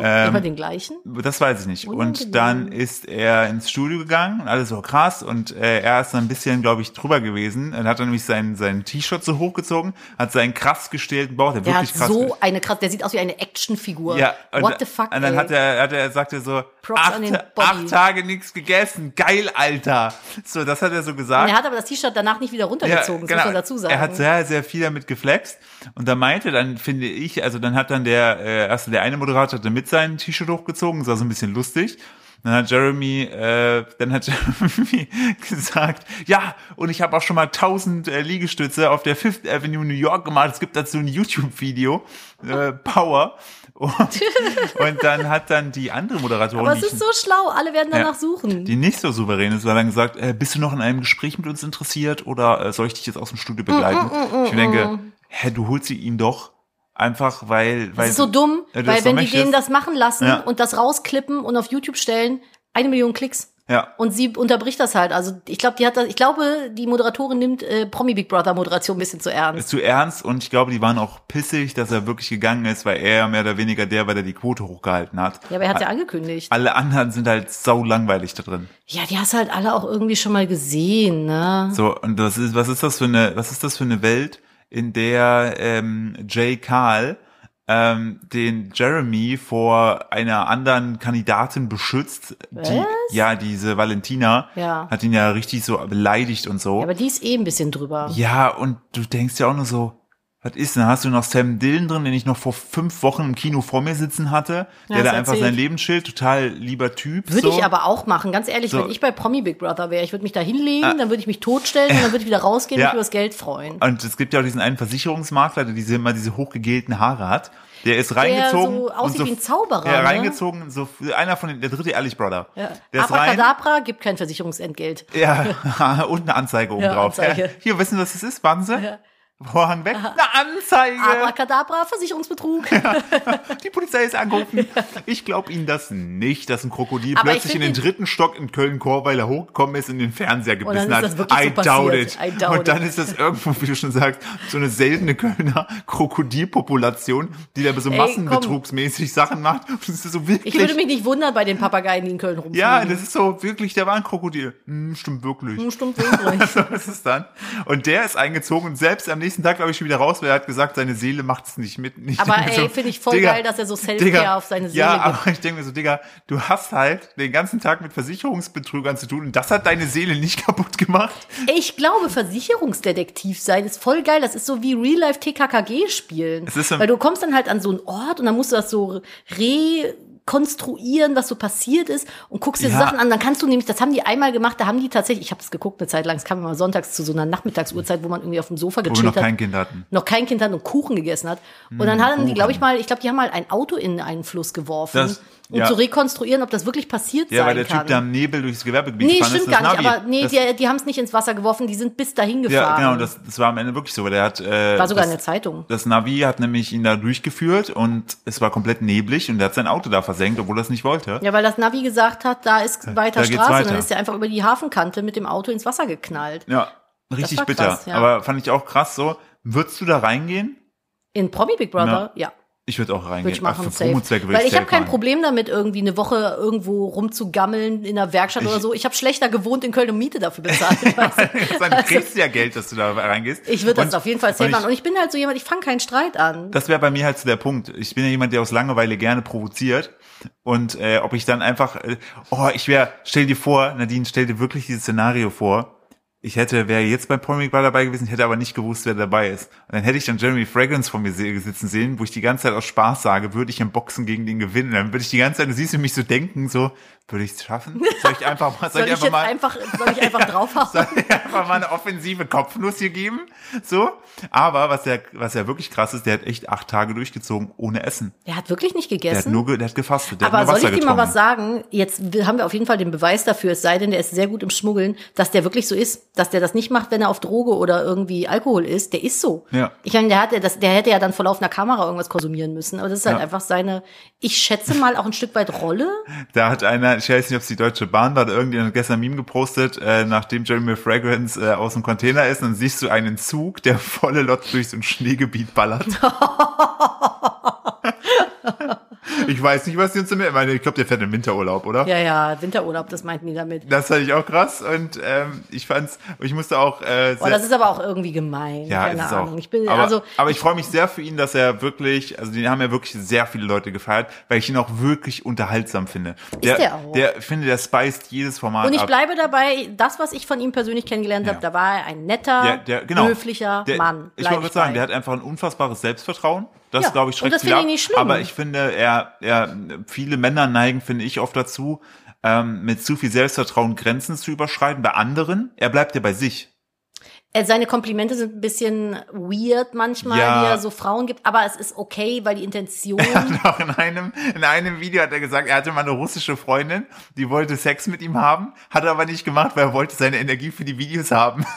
Speaker 1: Ähm,
Speaker 2: Immer den gleichen?
Speaker 1: Das weiß ich nicht.
Speaker 2: Unangenehm.
Speaker 1: Und dann ist er ins Studio gegangen und alles so krass. Und äh, er ist dann ein bisschen, glaube ich, drüber gewesen. Und hat dann nämlich sein, sein T-Shirt so hochgezogen, hat seinen krass gestählten Bauch, der,
Speaker 2: Der hat
Speaker 1: wirklich krass
Speaker 2: so eine krass, der sieht aus wie eine Actionfigur.
Speaker 1: Ja, und,
Speaker 2: What the fuck?
Speaker 1: und dann
Speaker 2: ey.
Speaker 1: hat er, halt hat er, sagt er so,
Speaker 2: Props
Speaker 1: acht,
Speaker 2: an den Body.
Speaker 1: acht Tage nichts gegessen, geil, Alter. So, das hat er so gesagt.
Speaker 2: Und er hat aber das T-Shirt danach nicht wieder runtergezogen, das muss man dazu sagen.
Speaker 1: genau. Er hat sehr, sehr viel damit geflext. Und da meinte dann, finde ich, also dann hat dann der, äh, also der eine Moderator hatte mit seinem T-Shirt hochgezogen, sah so ein bisschen lustig. Dann hat Jeremy, äh, dann hat Jeremy gesagt, ja, und ich habe auch schon mal 1000 äh, Liegestütze auf der Fifth Avenue New York gemacht. Es gibt dazu ein YouTube-Video, äh, Power. Und, und dann hat dann die andere Moderatorin,
Speaker 2: aber es
Speaker 1: die ich-
Speaker 2: ist so schlau, alle werden
Speaker 1: Ja.
Speaker 2: danach suchen.
Speaker 1: die nicht so souverän ist, weil dann gesagt, äh, bist du noch in einem Gespräch mit uns interessiert oder äh, soll ich dich jetzt aus dem
Speaker 2: Mm,
Speaker 1: Studio begleiten? ich mir denke, hä, du holst sie ihm doch einfach, weil, weil
Speaker 2: das ist so dumm,
Speaker 1: Ja, du
Speaker 2: weil
Speaker 1: hast
Speaker 2: wenn
Speaker 1: doch
Speaker 2: die
Speaker 1: möchtest.
Speaker 2: denen das machen lassen
Speaker 1: Ja.
Speaker 2: und das rausklippen und auf YouTube stellen, eine Million Klicks.
Speaker 1: ja.
Speaker 2: Und sie unterbricht das halt. Also ich glaube, die hat das, ich glaube, die Moderatorin nimmt äh, Promi Big Brother Moderation ein bisschen zu ernst.
Speaker 1: Ist zu ernst und ich glaube, die waren auch pissig, dass er wirklich gegangen ist, weil er mehr oder weniger der war, der die Quote hochgehalten hat.
Speaker 2: Ja, aber er hat ja angekündigt.
Speaker 1: Alle anderen sind halt sau langweilig da drin.
Speaker 2: Ja, die hast du halt alle auch irgendwie schon mal gesehen, ne?
Speaker 1: So, und das ist, was ist das für eine, was ist das für eine Welt, in der ähm, Jay Carl ähm, den Jeremy vor einer anderen Kandidatin beschützt? Die, ja, diese Valentina
Speaker 2: Ja.
Speaker 1: hat ihn ja richtig so beleidigt und so.
Speaker 2: Ja,
Speaker 1: Ja,
Speaker 2: aber die ist eh ein bisschen drüber.
Speaker 1: und du denkst ja auch nur so, was ist denn? Hast du noch Sam Dillon drin, den ich noch vor fünf Wochen im Kino vor mir sitzen hatte,
Speaker 2: Ja,
Speaker 1: der da
Speaker 2: hast
Speaker 1: einfach
Speaker 2: erzählt.
Speaker 1: sein Lebensschild, total lieber Typ. so.
Speaker 2: Würde ich aber auch machen, ganz ehrlich,
Speaker 1: So. Ah.
Speaker 2: wenn ich bei Promi Big Brother wäre, ich würde mich da hinlegen, dann würde ich mich totstellen und dann würde ich wieder rausgehen
Speaker 1: Ja.
Speaker 2: und mich übers Geld freuen.
Speaker 1: Und es gibt ja auch diesen einen Versicherungsmakler, der diese immer diese hochgegelten Haare hat. Der ist
Speaker 2: Der
Speaker 1: Also reingezogen.
Speaker 2: so aussieht
Speaker 1: und
Speaker 2: wie
Speaker 1: so,
Speaker 2: ein Zauberer.
Speaker 1: Ja,
Speaker 2: ne?
Speaker 1: reingezogen, so einer von den, der dritte Ehrlich Brother.
Speaker 2: Ja.
Speaker 1: Der ist rein.
Speaker 2: Abracadabra gibt kein Versicherungsentgelt.
Speaker 1: Ja, und eine Anzeige oben
Speaker 2: Ja,
Speaker 1: drauf.
Speaker 2: Anzeige.
Speaker 1: Ja, hier, wissen Sie, was das ist? Warten Sie.
Speaker 2: Ja.
Speaker 1: Vorhang weg, eine Anzeige.
Speaker 2: Abracadabra, Versicherungsbetrug.
Speaker 1: Die Polizei ist angerufen. Ich glaube Ihnen das nicht, dass ein Krokodil
Speaker 2: Aber ich
Speaker 1: plötzlich in
Speaker 2: find
Speaker 1: den
Speaker 2: den-
Speaker 1: dritten Stock in Köln-Chorweiler hochgekommen ist und den Fernseher
Speaker 2: Oh, dann
Speaker 1: gebissen
Speaker 2: ist
Speaker 1: hat.
Speaker 2: das wirklich so
Speaker 1: I, doubt
Speaker 2: passiert.
Speaker 1: it.
Speaker 2: I doubt
Speaker 1: und dann
Speaker 2: it.
Speaker 1: ist das irgendwo, wie du schon sagst, so eine seltene Kölner Krokodilpopulation, die da so
Speaker 2: komm.
Speaker 1: massenbetrugsmäßig Sachen macht. Und es ist so wirklich.
Speaker 2: Ich würde mich nicht wundern bei den Papageien, die in Köln rumfliegen.
Speaker 1: ja, das ist so wirklich, da war ein Krokodil. Hm, stimmt wirklich.
Speaker 2: Nun stimmt wirklich.
Speaker 1: So ist es dann. Und der ist eingezogen und selbst am nächsten Tag, glaube ich, schon wieder raus, weil er hat gesagt, seine Seele macht es nicht mit. Nicht
Speaker 2: Aber
Speaker 1: Also,
Speaker 2: ey, finde ich voll
Speaker 1: Digga,
Speaker 2: geil, dass er so Self-Care
Speaker 1: Digga,
Speaker 2: auf seine Seele
Speaker 1: ja,
Speaker 2: gibt.
Speaker 1: aber ich denke mir so, Digga, du hast halt den ganzen Tag mit Versicherungsbetrügern zu tun und das hat deine Seele nicht kaputt gemacht.
Speaker 2: Ey, Ich glaube, Versicherungsdetektiv sein ist voll geil. Das ist so wie Real-Life TKKG spielen.
Speaker 1: Es ist so-
Speaker 2: Weil du kommst dann halt an so einen Ort und dann musst du das so rekonstruieren, was so passiert ist und guckst dir
Speaker 1: Ja.
Speaker 2: Sachen an. Dann kannst du nämlich, das haben die einmal gemacht, da haben die tatsächlich, ich habe es geguckt eine Zeit lang, es kam immer sonntags zu so einer Nachmittagsuhrzeit, wo man irgendwie auf dem Sofa
Speaker 1: Wo wir
Speaker 2: gechillt
Speaker 1: noch
Speaker 2: hat
Speaker 1: kein Hm, Kind hatten.
Speaker 2: noch kein Kind hat und Kuchen gegessen hat. Und dann haben die, glaube ich mal, ich glaube, die haben mal ein Auto in einen Fluss geworfen,
Speaker 1: Das-
Speaker 2: um
Speaker 1: ja.
Speaker 2: zu rekonstruieren, ob das wirklich passiert
Speaker 1: Ja, weil
Speaker 2: sein
Speaker 1: der
Speaker 2: kann.
Speaker 1: Typ da im Nebel durchs Gewerbegebiet
Speaker 2: nee,
Speaker 1: gefahren
Speaker 2: stimmt
Speaker 1: ist. das
Speaker 2: gar nicht,
Speaker 1: Navi.
Speaker 2: aber nee,
Speaker 1: das,
Speaker 2: die, die haben es nicht ins Wasser geworfen, die sind bis dahin gefahren.
Speaker 1: Ja, genau, das, das war am Ende wirklich so, weil der hat... Äh,
Speaker 2: War sogar
Speaker 1: das,
Speaker 2: in der Zeitung.
Speaker 1: Das Navi hat nämlich ihn da durchgeführt und es war komplett neblig und er hat sein Auto da versenkt, obwohl er es nicht wollte.
Speaker 2: Ja, weil das Navi gesagt hat, da ist weiter
Speaker 1: Da geht's
Speaker 2: Straße. Und
Speaker 1: weiter.
Speaker 2: dann ist er einfach über die Hafenkante mit dem Auto ins Wasser geknallt.
Speaker 1: Ja, richtig
Speaker 2: war
Speaker 1: bitter.
Speaker 2: krass, ja.
Speaker 1: Aber fand ich auch krass so. Würdest du da reingehen?
Speaker 2: In Promi Big Brother, ja.
Speaker 1: Ich würde auch reingehen.
Speaker 2: Würde ich machen,
Speaker 1: Ach, für
Speaker 2: safe.
Speaker 1: Promo-Zwecke würde
Speaker 2: Weil ich habe
Speaker 1: safe
Speaker 2: kein
Speaker 1: machen.
Speaker 2: Problem damit, irgendwie eine Woche irgendwo rumzugammeln in einer Werkstatt
Speaker 1: Ich-
Speaker 2: oder so. Ich habe schlechter gewohnt in Köln und Miete dafür bezahlt. weißt du?
Speaker 1: Dann kriegst du ja Geld, dass du da reingehst.
Speaker 2: Also Ich würde das
Speaker 1: Und-
Speaker 2: auf jeden Fall safe
Speaker 1: und ich-
Speaker 2: machen. Und ich bin halt so jemand, ich fange keinen Streit an.
Speaker 1: Das wäre bei mir halt so der Punkt. Ich bin ja jemand, der aus Langeweile gerne provoziert. Und äh, ob ich dann einfach, äh, oh, ich wäre, stell dir vor, Nadine, stell dir wirklich dieses Szenario vor. Ich hätte, wäre jetzt beim Promic Bar dabei gewesen, hätte aber nicht gewusst, wer dabei ist. Und dann hätte ich dann Jeremy Fragrance vor mir se- sitzen sehen, wo ich die ganze Zeit aus Spaß sage, würde ich im Boxen gegen den gewinnen. Dann würde ich die ganze Zeit, du siehst du mich so denken, so, würde ich es schaffen? Soll ich einfach mal, soll,
Speaker 2: soll
Speaker 1: ich einfach
Speaker 2: ich jetzt
Speaker 1: mal,
Speaker 2: einfach, soll ich einfach draufhauen?
Speaker 1: soll er einfach mal eine offensive Kopfnuss hier geben. So. Aber was ja, was ja wirklich krass ist, der hat echt acht Tage durchgezogen ohne Essen.
Speaker 2: Der hat wirklich nicht
Speaker 1: Der hat
Speaker 2: gegessen.
Speaker 1: nur, ge- der hat gefastet. Der
Speaker 2: Aber
Speaker 1: hat nur
Speaker 2: soll
Speaker 1: Wasser
Speaker 2: ich dir mal was
Speaker 1: getrunken.
Speaker 2: sagen? Jetzt w- haben wir auf jeden Fall den Beweis dafür, es sei denn, der ist sehr gut im Schmuggeln, dass der wirklich so ist, dass der das nicht macht, wenn er auf Droge oder irgendwie Alkohol ist. Der ist so.
Speaker 1: Ja.
Speaker 2: Ich meine, der, hat, ja das, der hätte ja dann vor laufender Kamera irgendwas konsumieren müssen. Aber das ist halt
Speaker 1: Ja.
Speaker 2: einfach seine, ich schätze mal, auch ein Stück weit Rolle.
Speaker 1: Da hat einer, ich weiß nicht, ob es die Deutsche Bahn war, da irgendjemand hat gestern ein Meme gepostet, äh, nachdem Jeremy Fragrance äh, aus dem Container ist, dann siehst du einen Zug, der volle Lot durch so ein Schneegebiet ballert. ich weiß nicht, was die uns damit, ich meine, ich glaube, der fährt in Winterurlaub, oder?
Speaker 2: Ja, ja, Winterurlaub, das meinten die damit.
Speaker 1: Das fand ich auch krass und ähm, ich fand's, ich musste auch äh,
Speaker 2: Oh, das ist aber auch irgendwie gemein.
Speaker 1: Ja,
Speaker 2: Keine
Speaker 1: ist es
Speaker 2: Ahnung.
Speaker 1: auch.
Speaker 2: Ich bin,
Speaker 1: aber,
Speaker 2: also,
Speaker 1: aber ich freue mich sehr für ihn, dass er wirklich, also den haben ja wirklich sehr viele Leute gefeiert, weil ich ihn auch wirklich unterhaltsam finde. Der,
Speaker 2: der auch.
Speaker 1: Der, ich finde, der speist jedes Format
Speaker 2: Und ich
Speaker 1: ab.
Speaker 2: bleibe dabei, das, was ich von ihm persönlich kennengelernt habe,
Speaker 1: Ja.
Speaker 2: da war er ein netter,
Speaker 1: der, der, genau.
Speaker 2: höflicher
Speaker 1: der,
Speaker 2: Mann.
Speaker 1: Ich
Speaker 2: Bleib
Speaker 1: wollte gerade sagen,
Speaker 2: bei.
Speaker 1: der hat einfach ein unfassbares Selbstvertrauen. Das
Speaker 2: Ja,
Speaker 1: glaube ich
Speaker 2: und
Speaker 1: schreckt
Speaker 2: das
Speaker 1: viel
Speaker 2: finde
Speaker 1: ab.
Speaker 2: ich nicht schlimm.
Speaker 1: Aber ich finde, er, er, viele Männer neigen, finde ich, oft dazu, ähm, mit zu viel Selbstvertrauen Grenzen zu überschreiten bei anderen. Er bleibt ja bei sich.
Speaker 2: Äh, Seine Komplimente sind ein bisschen weird manchmal,
Speaker 1: Ja.
Speaker 2: die er so Frauen gibt, aber es ist okay, weil die Intention.
Speaker 1: Doch in einem, in einem Video hat er gesagt, er hatte mal eine russische Freundin, die wollte Sex mit ihm haben, hat er aber nicht gemacht, weil er wollte seine Energie für die Videos haben.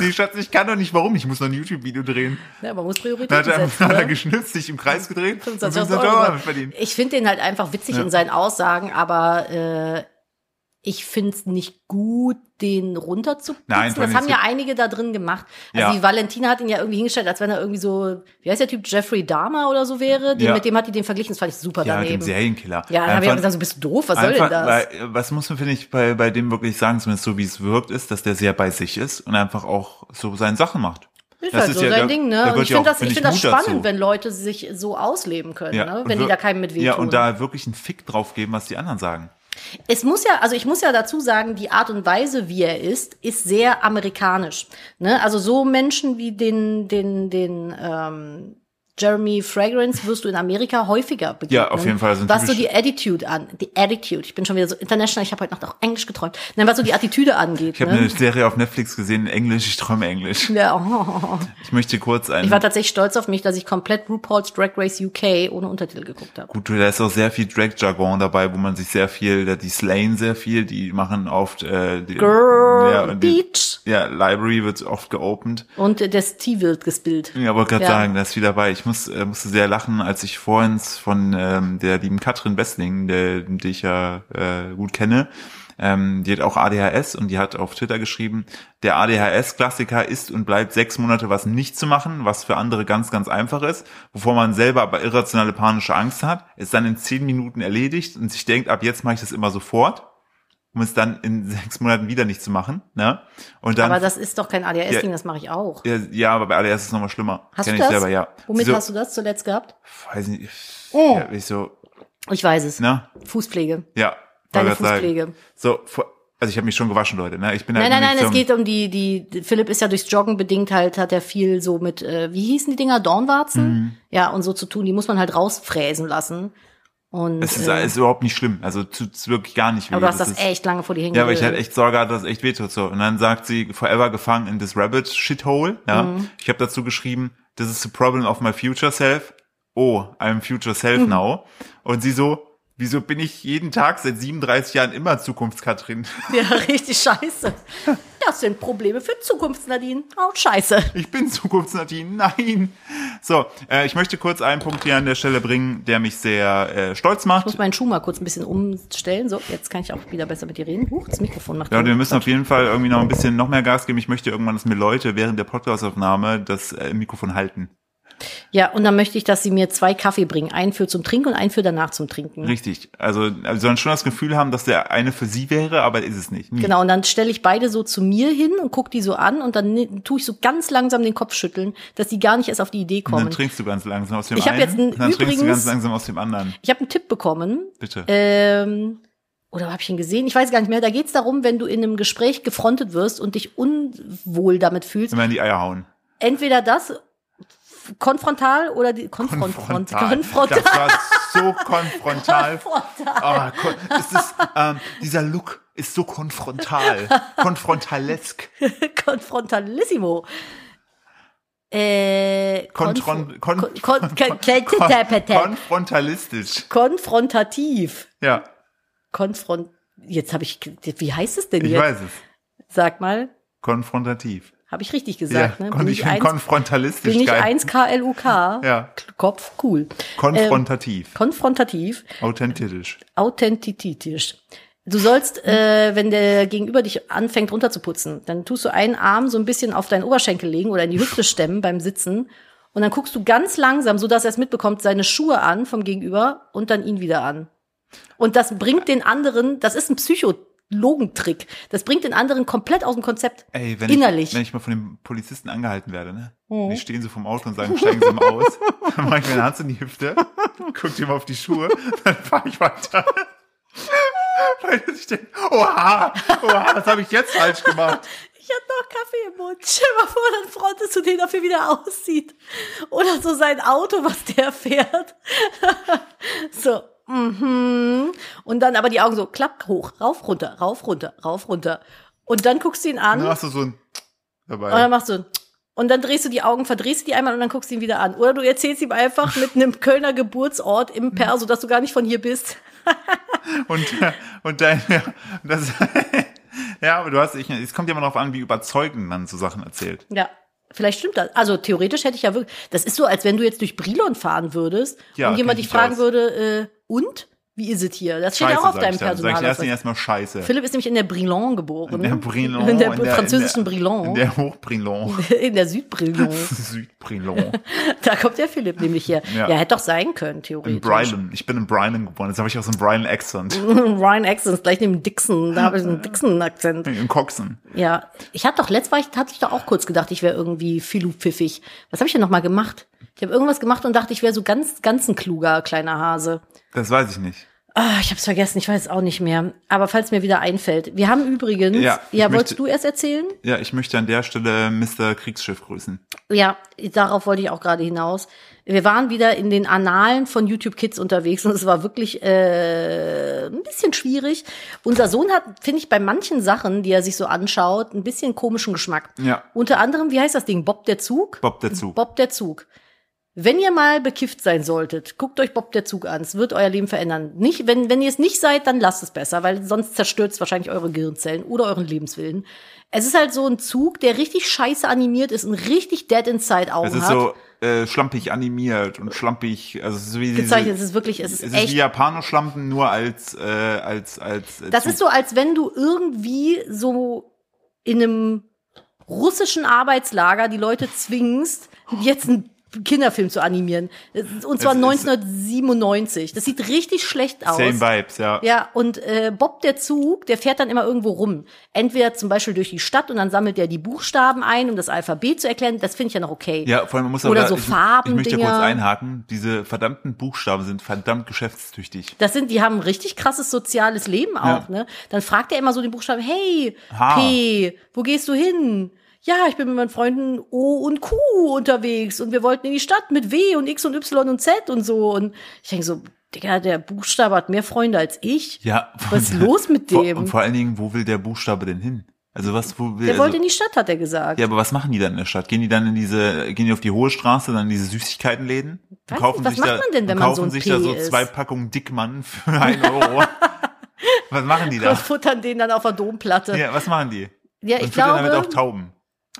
Speaker 1: Nee, Schatz, ich kann doch nicht, warum? Ich muss noch ein YouTube-Video drehen.
Speaker 2: ne, man muss
Speaker 1: Da hat
Speaker 2: Prioritäten
Speaker 1: er,
Speaker 2: setzen.
Speaker 1: hat er
Speaker 2: Ne?
Speaker 1: geschnitzt, sich im Kreis gedreht.
Speaker 2: 25.000
Speaker 1: und
Speaker 2: Euro.
Speaker 1: damit verdient.
Speaker 2: Ich finde den halt einfach witzig in seinen Aussagen, aber äh, ich finde es nicht gut, den runterzupitzen.
Speaker 1: Nein, vor allem
Speaker 2: das haben
Speaker 1: ist
Speaker 2: ja einige da drin gemacht. Also
Speaker 1: Ja.
Speaker 2: die Valentina hat ihn ja irgendwie hingestellt, als wenn er irgendwie so, wie heißt der Typ, Jeffrey Dahmer oder so wäre. Den,
Speaker 1: Ja.
Speaker 2: Mit dem hat die den verglichen, das fand ich super
Speaker 1: Ja, mit dem
Speaker 2: daneben.
Speaker 1: Serienkiller.
Speaker 2: Ja, dann habe ich
Speaker 1: Einfach-
Speaker 2: auch gesagt, so bist du doof, was soll denn
Speaker 1: Einfach,
Speaker 2: das?
Speaker 1: Weil, äh, was muss man, finde ich, bei, bei dem wirklich sagen, zumindest so wie es wirkt, ist, dass der sehr bei sich ist und einfach auch so seine Sachen macht.
Speaker 2: ist halt so sein
Speaker 1: der-
Speaker 2: Ding, ne?
Speaker 1: der
Speaker 2: Und
Speaker 1: gehört
Speaker 2: ich
Speaker 1: ja
Speaker 2: finde
Speaker 1: auch,
Speaker 2: das, ich
Speaker 1: find
Speaker 2: find das
Speaker 1: Mut
Speaker 2: spannend,
Speaker 1: dazu.
Speaker 2: wenn Leute sich so ausleben können, ne?
Speaker 1: und
Speaker 2: wenn die
Speaker 1: wir-
Speaker 2: da keinem mit wehtun.
Speaker 1: Ja, und da wirklich einen Fick drauf geben, was die anderen sagen.
Speaker 2: Es muss ja, also ich muss ja dazu sagen, die Art und Weise, wie er ist, ist sehr amerikanisch. Ne? Also so Menschen wie den, den, den ähm, Jeremy Fragrance wirst du in Amerika häufiger begegnen.
Speaker 1: Ja, auf jeden Fall sind
Speaker 2: Was so
Speaker 1: typisch-
Speaker 2: die Attitude an, die Attitude, ich bin schon wieder so international, ich habe heute Nacht auch Englisch geträumt. Nein, was so die Attitüde angeht.
Speaker 1: Ich habe
Speaker 2: ne?
Speaker 1: eine Serie auf Netflix gesehen in Englisch, ich träume Englisch.
Speaker 2: ja, oh.
Speaker 1: Ich möchte kurz einen.
Speaker 2: Ich war tatsächlich stolz auf mich, dass ich komplett RuPaul's Drag Race UK ohne Untertitel geguckt habe.
Speaker 1: Gut, da ist auch sehr viel Drag-Jargon dabei, wo man sich sehr viel, da- die slayen sehr viel, die machen oft äh, die,
Speaker 2: Girl,
Speaker 1: ja, und die,
Speaker 2: Beach.
Speaker 1: ja, Library wird oft geopend.
Speaker 2: Und äh, der Steve wird gespielt.
Speaker 1: Ja, wollte gerade
Speaker 2: Ja.
Speaker 1: sagen, da ist viel dabei. Ich muss, äh, musste sehr lachen, als ich vorhin von ähm, der lieben Katrin Wessling, der, die ich ja äh, gut kenne, ähm, die hat auch ADHS und die hat auf Twitter geschrieben, der ADHS-Klassiker ist und bleibt sechs Monate was nicht zu machen, was für andere ganz, ganz einfach ist, wovor man selber aber irrationale panische Angst hat, ist dann in zehn Minuten erledigt und sich denkt, ab jetzt mache ich das immer sofort, um es dann in sechs Monaten wieder nicht zu machen. Ne? Und dann
Speaker 2: Aber das ist doch kein ADS-Ding,
Speaker 1: Ja.
Speaker 2: das mache ich auch.
Speaker 1: ja, ja, aber bei ADS ist es nochmal schlimmer.
Speaker 2: Hast
Speaker 1: Kenn ich
Speaker 2: du das?
Speaker 1: selber, ja.
Speaker 2: Womit
Speaker 1: so,
Speaker 2: hast du das zuletzt gehabt?
Speaker 1: Weiß nicht.
Speaker 2: Oh.
Speaker 1: Ja, ich so,
Speaker 2: Ich weiß es.
Speaker 1: ne?
Speaker 2: Fußpflege.
Speaker 1: Ja.
Speaker 2: Deine
Speaker 1: wollte grad sagen.
Speaker 2: Fußpflege.
Speaker 1: So, vor- also ich habe mich schon gewaschen, Leute, ne? Ich bin
Speaker 2: Nein,
Speaker 1: halt
Speaker 2: nein,
Speaker 1: nämlich
Speaker 2: nein, es
Speaker 1: zum-
Speaker 2: geht um die, die, Philipp ist ja durchs Joggen bedingt halt, hat er viel so mit, äh, wie hießen die Dinger, Dornwarzen?
Speaker 1: Mhm.
Speaker 2: Ja, und so zu tun, die muss man halt rausfräsen lassen. Und,
Speaker 1: Es ist,
Speaker 2: äh,
Speaker 1: ist überhaupt nicht schlimm. Also tut's wirklich gar nicht weh.
Speaker 2: aber du hast das
Speaker 1: ist,
Speaker 2: echt lange vor dir
Speaker 1: Ja, aber ich
Speaker 2: hingelegt.
Speaker 1: hatte echt Sorge, dass es echt wehtut so. Und dann sagt sie, forever gefangen in this rabbit shithole. Ja,
Speaker 2: Mhm.
Speaker 1: ich habe dazu geschrieben, this is the problem of my future self. Oh, I'm future
Speaker 2: Mhm.
Speaker 1: self now. Und sie so, wieso bin ich jeden Tag seit 37 Jahren immer Zukunftskatrin?
Speaker 2: Ja, richtig scheiße. Das sind Probleme für Zukunftsnadine. Oh, scheiße.
Speaker 1: Ich bin Zukunftsnadine, nein. So, äh, ich möchte kurz einen Punkt hier an der Stelle bringen, der mich sehr äh, stolz
Speaker 2: muss
Speaker 1: macht.
Speaker 2: meinen Schuh mal kurz ein bisschen umstellen. So, jetzt kann ich auch wieder besser mit dir reden. Huch, das Mikrofon macht.
Speaker 1: Ja, wir müssen auf jeden Fall irgendwie noch ein bisschen noch mehr Gas geben. Ich möchte irgendwann, dass mir Leute während der Podcastaufnahme das äh, Mikrofon halten.
Speaker 2: ja, und dann möchte ich, dass sie mir zwei Kaffee bringen. Einen für zum Trinken und einen für danach zum Trinken.
Speaker 1: Richtig. Also, also sollen schon das Gefühl haben, dass der eine für sie wäre, aber ist es nicht. Nie.
Speaker 2: Genau, und dann stelle ich beide so zu mir hin und gucke die so an und dann ne- tue ich so ganz langsam den Kopf schütteln, dass die gar nicht erst auf die Idee
Speaker 1: Und dann
Speaker 2: kommen.
Speaker 1: trinkst du ganz langsam aus dem
Speaker 2: Ich hab
Speaker 1: einen,
Speaker 2: jetzt einen-
Speaker 1: und dann trinkst du
Speaker 2: übrigens-
Speaker 1: ganz langsam aus dem anderen.
Speaker 2: Ich habe einen Tipp bekommen.
Speaker 1: Bitte.
Speaker 2: Ähm, oder habe ich ihn gesehen? Ich weiß gar nicht mehr. Da geht es darum, wenn du in einem Gespräch gefrontet wirst und dich unwohl damit fühlst,
Speaker 1: Immer in die Eier hauen.
Speaker 2: entweder das konfrontal oder die konfront konfrontal.
Speaker 1: Das war so konfrontal.
Speaker 2: Konfrontal.
Speaker 1: Ah, kon es ist, ähm, dieser Look ist so konfrontal. Konfrontalesk.
Speaker 2: Konfrontalissimo. Äh,
Speaker 1: Kontron kon
Speaker 2: kon kon kon
Speaker 1: kon konfrontalistisch.
Speaker 2: konfrontativ.
Speaker 1: Ja,
Speaker 2: Konfront. Jetzt habe ich. ge- Wie heißt es denn
Speaker 1: ich
Speaker 2: jetzt?
Speaker 1: weiß es.
Speaker 2: Sag mal,
Speaker 1: Konfrontativ.
Speaker 2: habe ich richtig
Speaker 1: Ja,
Speaker 2: gesagt, ne?
Speaker 1: kon ich
Speaker 2: ich
Speaker 1: bin
Speaker 2: eins,
Speaker 1: konfrontalistisch
Speaker 2: bin ich
Speaker 1: geil.
Speaker 2: 1 KLUK?
Speaker 1: Ja,
Speaker 2: Kopf, cool.
Speaker 1: konfrontativ.
Speaker 2: Konfrontativ.
Speaker 1: Authentisch.
Speaker 2: authentitisch. Du sollst, äh, wenn der Gegenüber dich anfängt runterzuputzen, dann tust du einen Arm so ein bisschen auf deinen Oberschenkel legen oder in die Hüfte stemmen beim Sitzen und dann guckst du ganz langsam, so dass er es mitbekommt, seine Schuhe an vom Gegenüber und dann ihn wieder an. Und das bringt den anderen, das ist ein Psychologentrick, das bringt den anderen komplett aus dem Konzept.
Speaker 1: Ey, wenn
Speaker 2: Innerlich.
Speaker 1: Ich, wenn ich mal von dem Polizisten angehalten werde, ne?
Speaker 2: Mhm.
Speaker 1: Die stehen so vom Auto und sagen, steigen Sie mal aus. Dann mache ich meine Hand in die Hüfte, guck dir mal auf die Schuhe, dann fahre ich weiter. Weil ich denke, oha, oha, was habe ich jetzt falsch gemacht?
Speaker 2: Ich hab noch Kaffee im Mund. Stell mal vor, dann frontest du den dafür wieder aussieht. Oder so sein Auto, was der fährt. so, mhm. Und dann aber die Augen so, klapp, hoch, rauf, runter, rauf, runter, rauf, runter. Und dann guckst du ihn an
Speaker 1: Dann hast du so ein dabei.
Speaker 2: und dann machst du ein und dann drehst du die Augen, verdrehst die einmal und dann guckst du ihn wieder an. Oder du erzählst ihm einfach mit einem Kölner Geburtsort im Perso, dass du gar nicht von hier bist.
Speaker 1: Und, äh, und dein, ja, das, ja, aber du hast, ich, es kommt ja immer darauf an, wie überzeugend man so Sachen erzählt.
Speaker 2: Ja, vielleicht stimmt das. Also theoretisch hätte ich ja wirklich. Das ist so, als wenn du jetzt durch Brilon fahren würdest
Speaker 1: Ja,
Speaker 2: und jemand
Speaker 1: kenn ich
Speaker 2: dich fragen
Speaker 1: aus.
Speaker 2: würde, äh, und? Wie ist es hier? Das steht ja auch auf
Speaker 1: sag
Speaker 2: deinem
Speaker 1: ich dann. Sag ich erst
Speaker 2: Personalausweis.
Speaker 1: erstmal Scheiße.
Speaker 2: Philipp ist nämlich in der Brilon geboren.
Speaker 1: In der Brilon,
Speaker 2: In der
Speaker 1: in der-
Speaker 2: französischen
Speaker 1: in der- In
Speaker 2: Brilon.
Speaker 1: der Hochbrilon.
Speaker 2: In der Südbrilon.
Speaker 1: Südbrilon.
Speaker 2: da kommt der Philipp nämlich her. Ja.
Speaker 1: Ja.
Speaker 2: hätte doch sein können, theoretisch.
Speaker 1: In Brylan. Ich bin in Brylan geboren. Jetzt habe ich auch so einen Brylan-Accent.
Speaker 2: Ryan Accent, gleich neben Dixon. Da habe ich einen Dixon-Akzent.
Speaker 1: In Coxon.
Speaker 2: Ja, ich hatte doch letztes Mal, ich hatte ich doch auch kurz gedacht, ich wäre irgendwie philupfiffig. Was habe ich denn nochmal gemacht? Ich habe irgendwas gemacht und dachte, ich wäre so ganz, ganz ein kluger kleiner Hase.
Speaker 1: Das weiß ich nicht.
Speaker 2: Ah, ich habe es vergessen, ich weiß es auch nicht mehr. Aber falls mir wieder einfällt. Wir haben übrigens,
Speaker 1: Ja,
Speaker 2: ja, ja
Speaker 1: ich
Speaker 2: wolltest
Speaker 1: möchte-
Speaker 2: du erst erzählen?
Speaker 1: Ja, ich möchte an der Stelle Mr. Kriegsschiff grüßen.
Speaker 2: Ja, darauf wollte ich auch gerade hinaus. wir waren wieder in den Analen von YouTube Kids unterwegs und es war wirklich äh, ein bisschen schwierig. Unser Sohn hat, finde ich, bei manchen Sachen, die er sich so anschaut, ein bisschen komischen Geschmack.
Speaker 1: Ja.
Speaker 2: Unter anderem, wie heißt das Ding? Bob der Zug?
Speaker 1: Bob der Zug.
Speaker 2: Bob der Zug. Wenn ihr mal bekifft sein solltet, guckt euch Bob der Zug an. Es wird euer Leben verändern. Nicht, wenn, wenn ihr es nicht seid, dann lasst es besser, weil sonst zerstört es wahrscheinlich eure Gehirnzellen oder euren Lebenswillen. Es ist halt so ein Zug, der richtig scheiße animiert ist und richtig dead inside Augen
Speaker 1: Es ist
Speaker 2: hat.
Speaker 1: so äh, schlampig animiert und schlampig, also es ist wie
Speaker 2: gezeichnet. Es
Speaker 1: diese,
Speaker 2: ist wirklich, es ist
Speaker 1: es
Speaker 2: echt.
Speaker 1: ist wie Japanoschlampen, nur als, äh, als, als, äh,
Speaker 2: das
Speaker 1: Zug.
Speaker 2: ist so, als wenn du irgendwie so in einem russischen Arbeitslager die Leute zwingst, jetzt einen Kinderfilm zu animieren. Und zwar
Speaker 1: Es ist-
Speaker 2: 1997. Das sieht richtig schlecht aus.
Speaker 1: Same Vibes, ja.
Speaker 2: Ja, und äh, Bob der Zug, der fährt dann immer irgendwo rum. Entweder zum Beispiel durch die Stadt und dann sammelt er die Buchstaben ein, um das Alphabet zu erklären. Das finde ich ja noch okay.
Speaker 1: Ja, vor allem man muss
Speaker 2: Oder
Speaker 1: aber,
Speaker 2: so
Speaker 1: ich, ich
Speaker 2: Farben-
Speaker 1: möchte
Speaker 2: Dinger.
Speaker 1: kurz einhaken, diese verdammten Buchstaben sind verdammt geschäftstüchtig.
Speaker 2: Das sind, die haben ein richtig krasses soziales Leben auch,
Speaker 1: Ja.
Speaker 2: ne? Dann fragt er immer so den Buchstaben, hey,
Speaker 1: Ha.
Speaker 2: P, wo gehst du hin? Ja, ich bin mit meinen Freunden O und Q unterwegs und wir wollten in die Stadt mit W und X und Y und Z und so. Und ich denke so, Digga, der Buchstabe hat mehr Freunde als ich.
Speaker 1: Ja.
Speaker 2: Was ist los mit
Speaker 1: Vor,
Speaker 2: dem?
Speaker 1: und vor allen Dingen, wo will der Buchstabe denn hin? Also was, wo will,
Speaker 2: der
Speaker 1: also,
Speaker 2: wollte in die Stadt, hat er gesagt.
Speaker 1: ja, aber was machen die dann in der Stadt? Gehen die dann in diese, gehen die auf die hohe Straße, dann in diese Süßigkeitenläden?
Speaker 2: Weiß nicht, was macht man denn, wenn
Speaker 1: und
Speaker 2: man
Speaker 1: kaufen
Speaker 2: so ein
Speaker 1: sich
Speaker 2: P
Speaker 1: da so
Speaker 2: ist?
Speaker 1: zwei Packungen Dickmann für einen Euro. was machen die
Speaker 2: Und
Speaker 1: da?
Speaker 2: futtern den dann auf der Domplatte. Ja,
Speaker 1: Ja, was machen die?
Speaker 2: ich
Speaker 1: und füttern damit auch
Speaker 2: glaube,
Speaker 1: Tauben.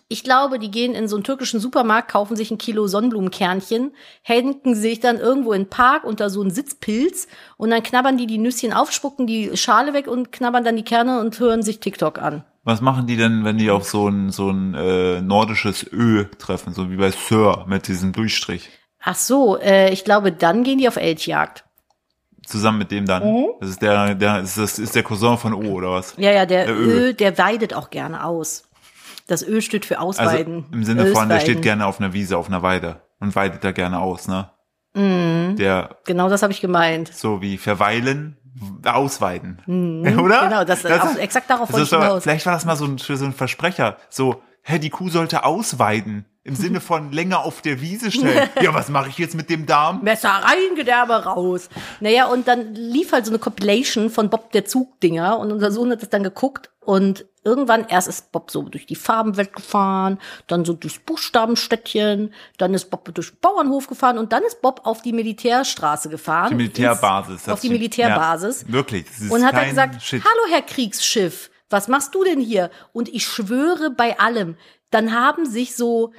Speaker 2: ich glaube, die gehen in so einen türkischen Supermarkt, kaufen sich ein Kilo Sonnenblumenkernchen, hängen sich dann irgendwo in den Park unter so einen Sitzpilz und dann knabbern die die Nüsschen auf, spucken die Schale weg und knabbern dann die Kerne und hören sich TikTok an.
Speaker 1: Was machen die denn, wenn die auf so ein, so ein äh, nordisches Ö treffen, so wie bei Sir mit diesem Durchstrich?
Speaker 2: Ach so, äh, ich glaube, dann gehen die auf Elchjagd.
Speaker 1: Zusammen mit dem dann.
Speaker 2: Mhm.
Speaker 1: Das ist der, der, ist das ist der Cousin von O, oder was?
Speaker 2: Ja, ja, der
Speaker 1: Äh, Ö.
Speaker 2: Ö, der weidet auch gerne aus. Das Ö steht für
Speaker 1: Also
Speaker 2: Ausweiden.
Speaker 1: im Sinne von, der steht
Speaker 2: Ösweiden.
Speaker 1: gerne auf einer Wiese, auf einer Weide und weidet da gerne aus, ne? Der
Speaker 2: Genau das habe ich gemeint.
Speaker 1: so wie verweilen, ausweiden. Oder?
Speaker 2: Genau, das, auch, exakt darauf
Speaker 1: das
Speaker 2: wollte ich
Speaker 1: ist aber,
Speaker 2: hinaus.
Speaker 1: Vielleicht war das mal so ein, für so ein Versprecher. So, hä, die Kuh sollte ausweiden. Im Sinne von länger auf der Wiese stellen. ja, was mache ich jetzt mit dem Darm?
Speaker 2: Messer rein, Gedärme raus. Naja, und dann lief halt so eine Compilation von Bob der Zug-Dinger und unser Sohn hat das dann geguckt und irgendwann erst ist Bob so durch die Farbenwelt gefahren, dann so durchs Buchstabenstädtchen, dann ist Bob durch den Bauernhof gefahren und dann ist Bob auf die Militärstraße gefahren.
Speaker 1: Die Militärbasis.
Speaker 2: Ins, auf
Speaker 1: das-
Speaker 2: die Militärbasis.
Speaker 1: Ja, wirklich. Das ist
Speaker 2: Und hat
Speaker 1: kein
Speaker 2: dann gesagt,
Speaker 1: Shit.
Speaker 2: hallo Herr Kriegsschiff, was machst du denn hier? Und ich schwöre bei allem, dann haben sich so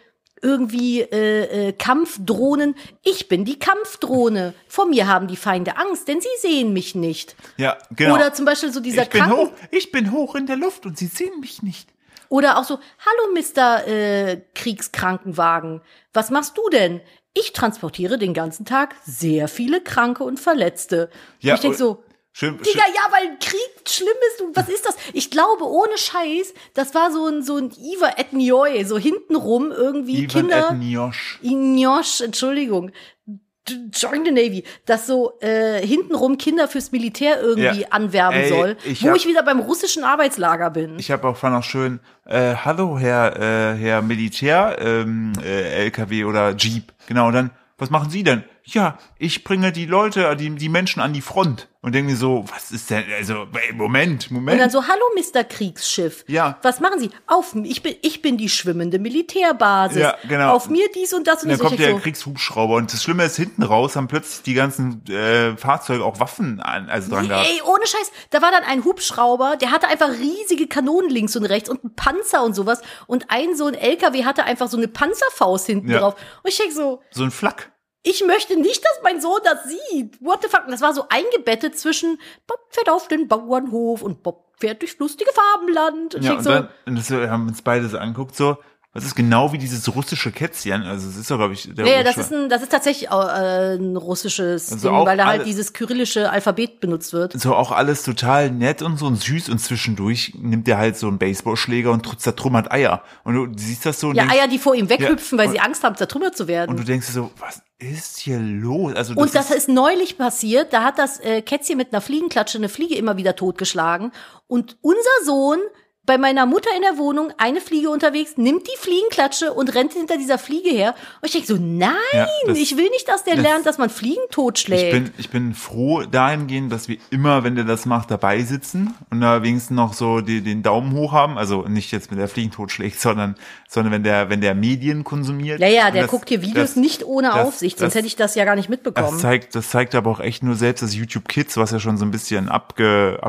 Speaker 2: irgendwie äh, äh, Kampfdrohnen, ich bin die Kampfdrohne, vor mir haben die Feinde Angst, denn sie sehen mich nicht.
Speaker 1: Ja, genau.
Speaker 2: Oder zum Beispiel so dieser
Speaker 1: ich bin
Speaker 2: Kranken
Speaker 1: hoch, ich bin hoch in der Luft und sie sehen mich nicht.
Speaker 2: oder auch so, hallo Mr. Äh, Kriegskrankenwagen, was machst du denn? Ich transportiere den ganzen Tag sehr viele Kranke und Verletzte.
Speaker 1: Ja,
Speaker 2: und ich denke
Speaker 1: und-
Speaker 2: so,
Speaker 1: Schön, schön-
Speaker 2: Digga, ja, weil Krieg schlimm ist. Und was ist das? Ich glaube, ohne Scheiß, das war so ein, so ein Iva et Nioy, so hintenrum irgendwie
Speaker 1: Ivan
Speaker 2: Kinder.
Speaker 1: Etniosch.
Speaker 2: Ignosh, Entschuldigung. D- Join the Navy, das so äh, hintenrum Kinder fürs Militär irgendwie
Speaker 1: Ja.
Speaker 2: anwerben
Speaker 1: Ey,
Speaker 2: soll,
Speaker 1: ich
Speaker 2: wo
Speaker 1: hab-
Speaker 2: ich wieder beim russischen Arbeitslager bin.
Speaker 1: Ich habe auch fand auch schön, äh, hallo Herr, äh, Herr Militär, ähm, äh, LKW oder Jeep. Genau, und dann, was machen Sie denn? Ja, ich bringe die Leute, äh, die, die Menschen an die Front. Und denke mir so, was ist denn, also, ey, Moment,
Speaker 2: Und dann
Speaker 1: Moment.
Speaker 2: so, hallo Mr. Kriegsschiff.
Speaker 1: Ja.
Speaker 2: Was machen Sie? Auf, ich bin, ich bin die schwimmende Militärbasis.
Speaker 1: Ja, genau.
Speaker 2: Auf mir dies und
Speaker 1: Und
Speaker 2: das und
Speaker 1: dann
Speaker 2: das.
Speaker 1: kommt
Speaker 2: Und ich
Speaker 1: der
Speaker 2: denk so,
Speaker 1: Kriegshubschrauber und das Schlimme ist, hinten raus haben plötzlich die ganzen äh, Fahrzeuge auch Waffen an, also dran gehabt.
Speaker 2: Ey, ohne Scheiß, da war dann ein Hubschrauber, der hatte einfach riesige Kanonen links und rechts und einen Panzer und sowas. Und ein so ein LKW hatte einfach so eine Panzerfaust hinten
Speaker 1: Ja.
Speaker 2: drauf. Und ich denke so,
Speaker 1: So ein Flak.
Speaker 2: ich möchte nicht, dass mein Sohn das sieht. What the fuck? Und Das war so eingebettet zwischen Bob fährt auf den Bauernhof und Bob fährt durch lustige Farbenland. Und ich
Speaker 1: Ja,
Speaker 2: denk
Speaker 1: und
Speaker 2: so,
Speaker 1: dann und das, wir haben uns beide so anguckt, so, das ist genau wie dieses russische Kätzchen. Also es ist doch, glaube ich, der
Speaker 2: Nee, das
Speaker 1: russische-
Speaker 2: ist, ein, das ist tatsächlich äh, ein russisches
Speaker 1: Also
Speaker 2: Ding,
Speaker 1: auch
Speaker 2: weil da halt
Speaker 1: alle-
Speaker 2: dieses kyrillische Alphabet benutzt wird.
Speaker 1: so auch alles total nett und so und süß und zwischendurch nimmt er halt so einen Baseballschläger und tr- zertrümmert Eier. Und du siehst das so und,
Speaker 2: Ja,
Speaker 1: denkst,
Speaker 2: Eier, die vor ihm weghüpfen,
Speaker 1: Ja,
Speaker 2: weil sie Angst haben, zertrümmert zu werden.
Speaker 1: und du denkst dir so, was ist hier los? Also
Speaker 2: Und das ist neulich passiert. Da hat das äh, Kätzchen mit einer Fliegenklatsche eine Fliege immer wieder totgeschlagen. Und unser Sohn bei meiner Mutter in der Wohnung eine Fliege unterwegs, nimmt die Fliegenklatsche und rennt hinter dieser Fliege her. Und ich denke so, nein,
Speaker 1: Ja, das-
Speaker 2: ich will nicht, dass der
Speaker 1: das-
Speaker 2: lernt, dass man Fliegen totschlägt.
Speaker 1: Ich bin, ich bin froh dahingehend, dass wir immer, wenn der das macht, dabei sitzen und da wenigstens noch so die, den Daumen hoch haben. Also nicht jetzt mit der Fliegentod schlägt, sondern, sondern wenn der, wenn der Medien konsumiert.
Speaker 2: ja, ja,
Speaker 1: Und
Speaker 2: der
Speaker 1: das-
Speaker 2: guckt hier Videos
Speaker 1: das-
Speaker 2: nicht ohne
Speaker 1: das-
Speaker 2: Aufsicht, sonst
Speaker 1: das-
Speaker 2: hätte ich das ja gar nicht mitbekommen.
Speaker 1: Das zeigt, das zeigt aber auch echt nur selbst, dass YouTube Kids, was ja schon so ein bisschen abge,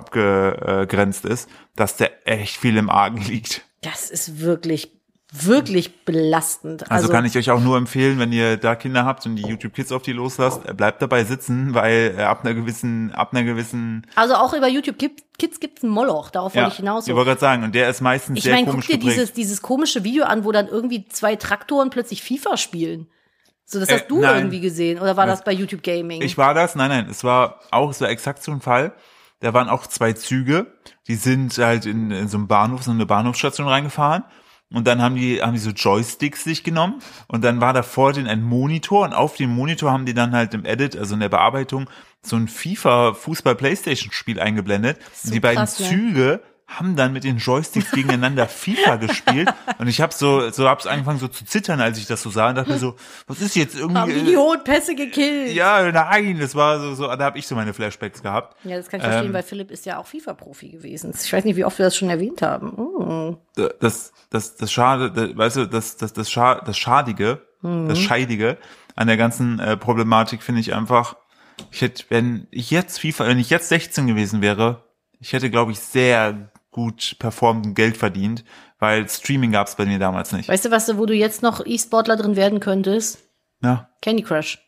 Speaker 1: abgegrenzt ist, dass der echt viel im Argen liegt.
Speaker 2: Das ist wirklich, wirklich belastend.
Speaker 1: Also, kann ich euch auch nur empfehlen, wenn ihr da Kinder habt und die YouTube Kids auf die loslasst, äh, bleibt dabei sitzen, weil äh, ab einer gewissen, ab einer gewissen,
Speaker 2: Also auch über YouTube gibt- Kids gibt's einen Moloch, darauf wollte ich hinaus.
Speaker 1: ich wollte gerade sagen, und der ist meistens
Speaker 2: Ich
Speaker 1: sehr
Speaker 2: meine, guck
Speaker 1: komisch
Speaker 2: dir
Speaker 1: geprägt.
Speaker 2: dieses, dieses komische Video an, wo dann irgendwie zwei Traktoren plötzlich FIFA spielen. So, das
Speaker 1: Äh,
Speaker 2: hast du
Speaker 1: nein.
Speaker 2: irgendwie gesehen. Oder war
Speaker 1: Das-
Speaker 2: das, bei YouTube Gaming?
Speaker 1: Ich war das, nein, nein, es war auch, es war exakt so ein Fall. Da waren auch zwei Züge, die sind halt in, in so einem Bahnhof, so eine Bahnhofsstation reingefahren. Und dann haben die, haben die so Joysticks sich genommen und dann war da vor denen ein Monitor und auf dem Monitor haben die dann halt im Edit, also in der Bearbeitung, so ein FIFA-Fußball-Playstation-Spiel eingeblendet.
Speaker 2: so
Speaker 1: die beiden
Speaker 2: krass, ne?
Speaker 1: Züge haben dann mit den Joysticks gegeneinander FIFA gespielt und ich habe so, so hab's angefangen so zu zittern, als ich das so sah und dachte mir so, was ist jetzt irgendwie
Speaker 2: haben Oh, die die hohen Pässe gekillt.
Speaker 1: ja, nein, das war so, so da habe ich so meine Flashbacks gehabt.
Speaker 2: Ja, das kann ich
Speaker 1: Ähm.
Speaker 2: verstehen, weil Philipp ist ja auch FIFA-Profi gewesen. Ich weiß nicht, wie oft wir das schon erwähnt haben. Mm.
Speaker 1: D- Das, das, das Schade, da- weißt du, das, das, das, Scha das Schadige,
Speaker 2: Mhm.
Speaker 1: das Scheidige an der ganzen äh, Problematik finde ich einfach, ich hätte, wenn ich jetzt FIFA, wenn ich jetzt 16 gewesen wäre, ich hätte, glaube ich, sehr gut performt und Geld verdient, weil Streaming gab's bei mir damals nicht.
Speaker 2: Weißt du, was, du- wo du jetzt noch E-Sportler drin werden könntest?
Speaker 1: Ja,
Speaker 2: Candy Crush.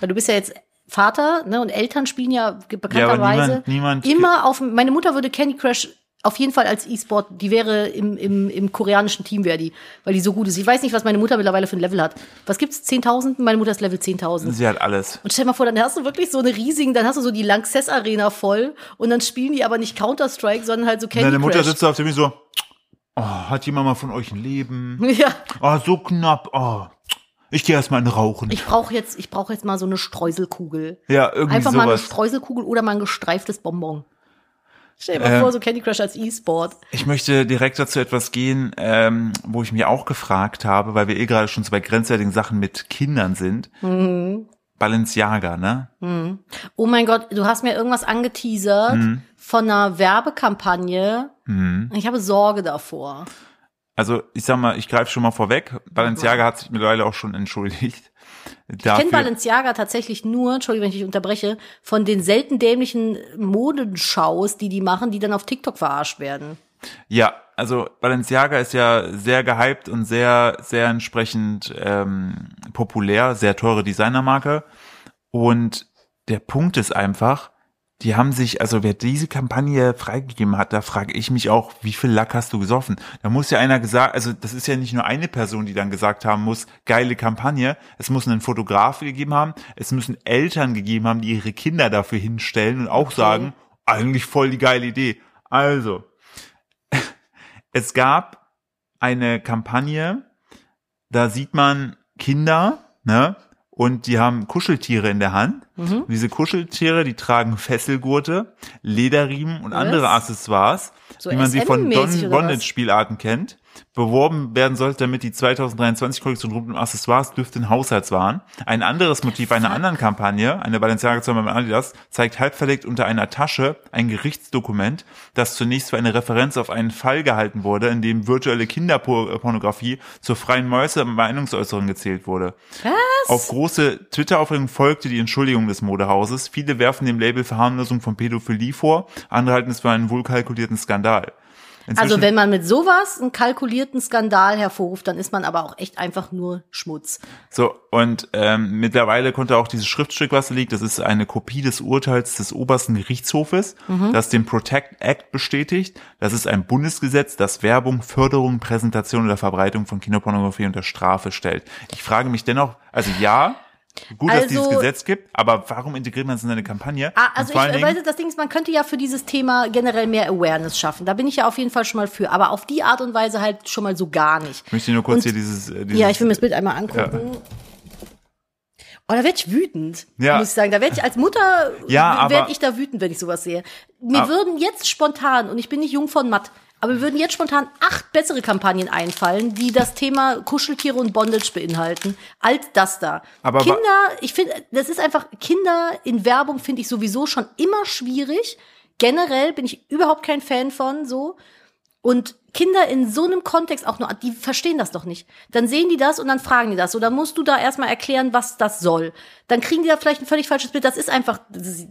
Speaker 2: Weil du bist ja jetzt Vater, ne? Und Eltern spielen ja
Speaker 1: ja
Speaker 2: ge-
Speaker 1: aber
Speaker 2: bekannterweise
Speaker 1: niemand, niemand
Speaker 2: immer auf. Meine Mutter würde Candy Crush auf jeden Fall als E-Sport, die wäre im, im, im koreanischen Team, wäre die, weil die so gut ist. Ich weiß nicht, was meine Mutter mittlerweile für ein Level hat. Was gibt's? 10.000? Meine Mutter ist Level 10.000.
Speaker 1: sie hat alles.
Speaker 2: Und stell mal vor, dann hast du wirklich so eine riesigen, dann hast du so die Lanxess Arena voll und dann spielen die aber nicht Counter-Strike, sondern halt so Candy
Speaker 1: Deine Mutter
Speaker 2: Crush.
Speaker 1: sitzt da auf dem Weg so, oh, hat jemand mal von euch ein Leben?
Speaker 2: ja,
Speaker 1: Ah, so knapp. Ah, ich gehe erstmal in Rauchen.
Speaker 2: ich brauche jetzt, ich brauche jetzt mal so eine Streuselkugel.
Speaker 1: ja, irgendwie
Speaker 2: Einfach mal eine
Speaker 1: sowas.
Speaker 2: Streuselkugel oder mal ein gestreiftes Bonbon. Stell dir mal
Speaker 1: Ähm.
Speaker 2: vor, so Candy Crush als E-Sport.
Speaker 1: Ich möchte direkt dazu etwas gehen, ähm, wo ich mir auch gefragt habe, weil wir eh gerade schon so bei grenzwertigen Sachen mit Kindern sind.
Speaker 2: Mhm.
Speaker 1: Balenciaga, ne?
Speaker 2: Oh mein Gott, du hast mir irgendwas angeteasert
Speaker 1: Mhm.
Speaker 2: von einer Werbekampagne. Ich habe Sorge davor.
Speaker 1: Also ich sag mal, ich greife schon mal vorweg. Balenciaga hat sich mittlerweile auch schon entschuldigt.
Speaker 2: Ich
Speaker 1: Dafür,
Speaker 2: kenne Balenciaga tatsächlich nur, Entschuldigung, wenn ich dich unterbreche, von den selten dämlichen Modenschaus, die die machen, die dann auf TikTok verarscht werden.
Speaker 1: ja, also Balenciaga ist ja sehr gehypt und sehr, sehr entsprechend ähm, populär, sehr teure Designermarke. Und der Punkt ist einfach, die haben sich, also wer diese Kampagne freigegeben hat, da frage ich mich auch, wie viel Lack hast du gesoffen? Da muss ja einer gesagt, also das ist ja nicht nur eine Person, die dann gesagt haben muss, geile Kampagne. Es muss einen Fotograf gegeben haben, es müssen Eltern gegeben haben, die ihre Kinder dafür hinstellen und auch sagen, eigentlich voll die geile Idee. Also, es gab eine Kampagne, da sieht man Kinder, ne? Und die haben Kuscheltiere in der Hand. Und Diese Kuscheltiere, die tragen Fesselgurte, Lederriemen und andere Accessoires,
Speaker 2: So
Speaker 1: wie man sie von
Speaker 2: SM-mäßig
Speaker 1: Don
Speaker 2: oder was?
Speaker 1: Bondage-Spielarten kennt. Beworben werden sollte damit die 2023-Kollektion rund um Accessoires dürften Haushaltswaren. Ein anderes Motiv einer anderen Kampagne, eine Balenciaga zum Beispiel Adidas, zeigt halbverlegt unter einer Tasche ein Gerichtsdokument, das zunächst für eine Referenz auf einen Fall gehalten wurde, in dem virtuelle Kinderpornografie zur freien Mäuse- Meinungsäußerung gezählt wurde. Auf große Twitter-Aufregung folgte die Entschuldigung des Modehauses. Viele werfen dem Label Verharmlosung von Pädophilie vor, andere halten es für einen wohlkalkulierten Skandal.
Speaker 2: Also
Speaker 1: Inzwischen-
Speaker 2: wenn man mit sowas einen kalkulierten Skandal hervorruft, dann ist man aber auch echt einfach nur Schmutz.
Speaker 1: So, und ähm, mittlerweile konnte auch dieses Schriftstück, was da liegt, das ist eine Kopie des Urteils des obersten Gerichtshofes,
Speaker 2: Mhm.
Speaker 1: das den Protect Act bestätigt. Das ist ein Bundesgesetz, das Werbung, Förderung, Präsentation oder Verbreitung von Kinderpornografie unter Strafe stellt. Ich frage mich dennoch, also ja, gut, dass
Speaker 2: Also-
Speaker 1: dieses Gesetz gibt, aber warum integriert man es in eine Kampagne?
Speaker 2: Ah,
Speaker 1: Und
Speaker 2: also ich
Speaker 1: vor allen Dingen-
Speaker 2: weiß, das Ding ist, man könnte ja für dieses Thema generell mehr Awareness schaffen. Da bin ich ja auf jeden Fall schon mal für. Aber auf die Art und Weise halt schon mal so gar nicht.
Speaker 1: Ich möchte nur kurz
Speaker 2: Und-
Speaker 1: hier dieses, äh, dieses
Speaker 2: Ja, ich will mir das Bild einmal angucken. Oh, da werd ich wütend,
Speaker 1: Ja.
Speaker 2: muss ich sagen. Da werd ich als Mutter
Speaker 1: Ja, aber-
Speaker 2: werd ich da wütend, wenn ich sowas sehe. Mir
Speaker 1: Ah.
Speaker 2: würden jetzt spontan, und ich bin nicht jung von matt, Aber mir würden jetzt spontan acht bessere Kampagnen einfallen, die das Thema Kuscheltiere und Bondage beinhalten, als das da.
Speaker 1: Aber wa-
Speaker 2: Kinder, ich finde, das ist einfach, Kinder in Werbung finde ich sowieso schon immer schwierig. Generell bin ich überhaupt kein Fan von, so. Und Kinder in so einem Kontext auch nur, die verstehen das doch nicht. Dann sehen die das und dann fragen die das. So, dann musst du da erstmal erklären, was das soll. Dann kriegen die da vielleicht ein völlig falsches Bild. Das ist einfach das ist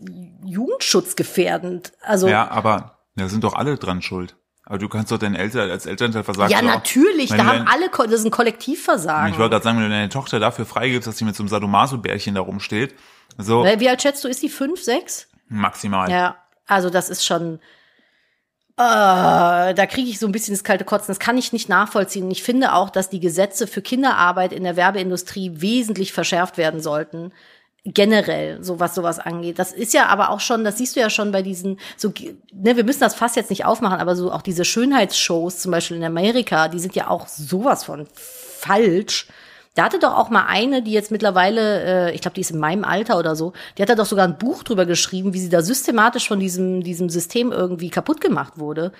Speaker 2: jugendschutzgefährdend. Also,
Speaker 1: Ja, aber da sind doch alle dran schuld. Aber du kannst doch deinen Eltern als Elternteil versagen.
Speaker 2: ja, natürlich, da haben
Speaker 1: alle.
Speaker 2: alle, Ko- das ist ein Kollektivversagen.
Speaker 1: Ich wollte gerade sagen, wenn du deine Tochter dafür freigibst, dass sie mit so einem Sadomaso-Bärchen da rumsteht, so
Speaker 2: Weil, Wie alt schätzt du, ist die? Fünf, sechs?
Speaker 1: maximal.
Speaker 2: Ja, also das ist schon. Äh, da kriege ich so ein bisschen das kalte Kotzen. Das kann ich nicht nachvollziehen. Und Ich finde auch, dass die Gesetze für Kinderarbeit in der Werbeindustrie wesentlich verschärft werden sollten. Generell, so was sowas angeht. Das ist ja aber auch schon, das siehst du ja schon bei diesen, so, ne, wir müssen das fast jetzt nicht aufmachen, aber so auch diese Schönheitsshows, zum Beispiel in Amerika, die sind ja auch sowas von falsch. Da hatte doch auch mal eine, die jetzt mittlerweile, äh, ich glaube, die ist in meinem Alter oder so, die hat da doch sogar ein Buch drüber geschrieben, wie sie da systematisch von diesem, diesem System irgendwie kaputt gemacht wurde.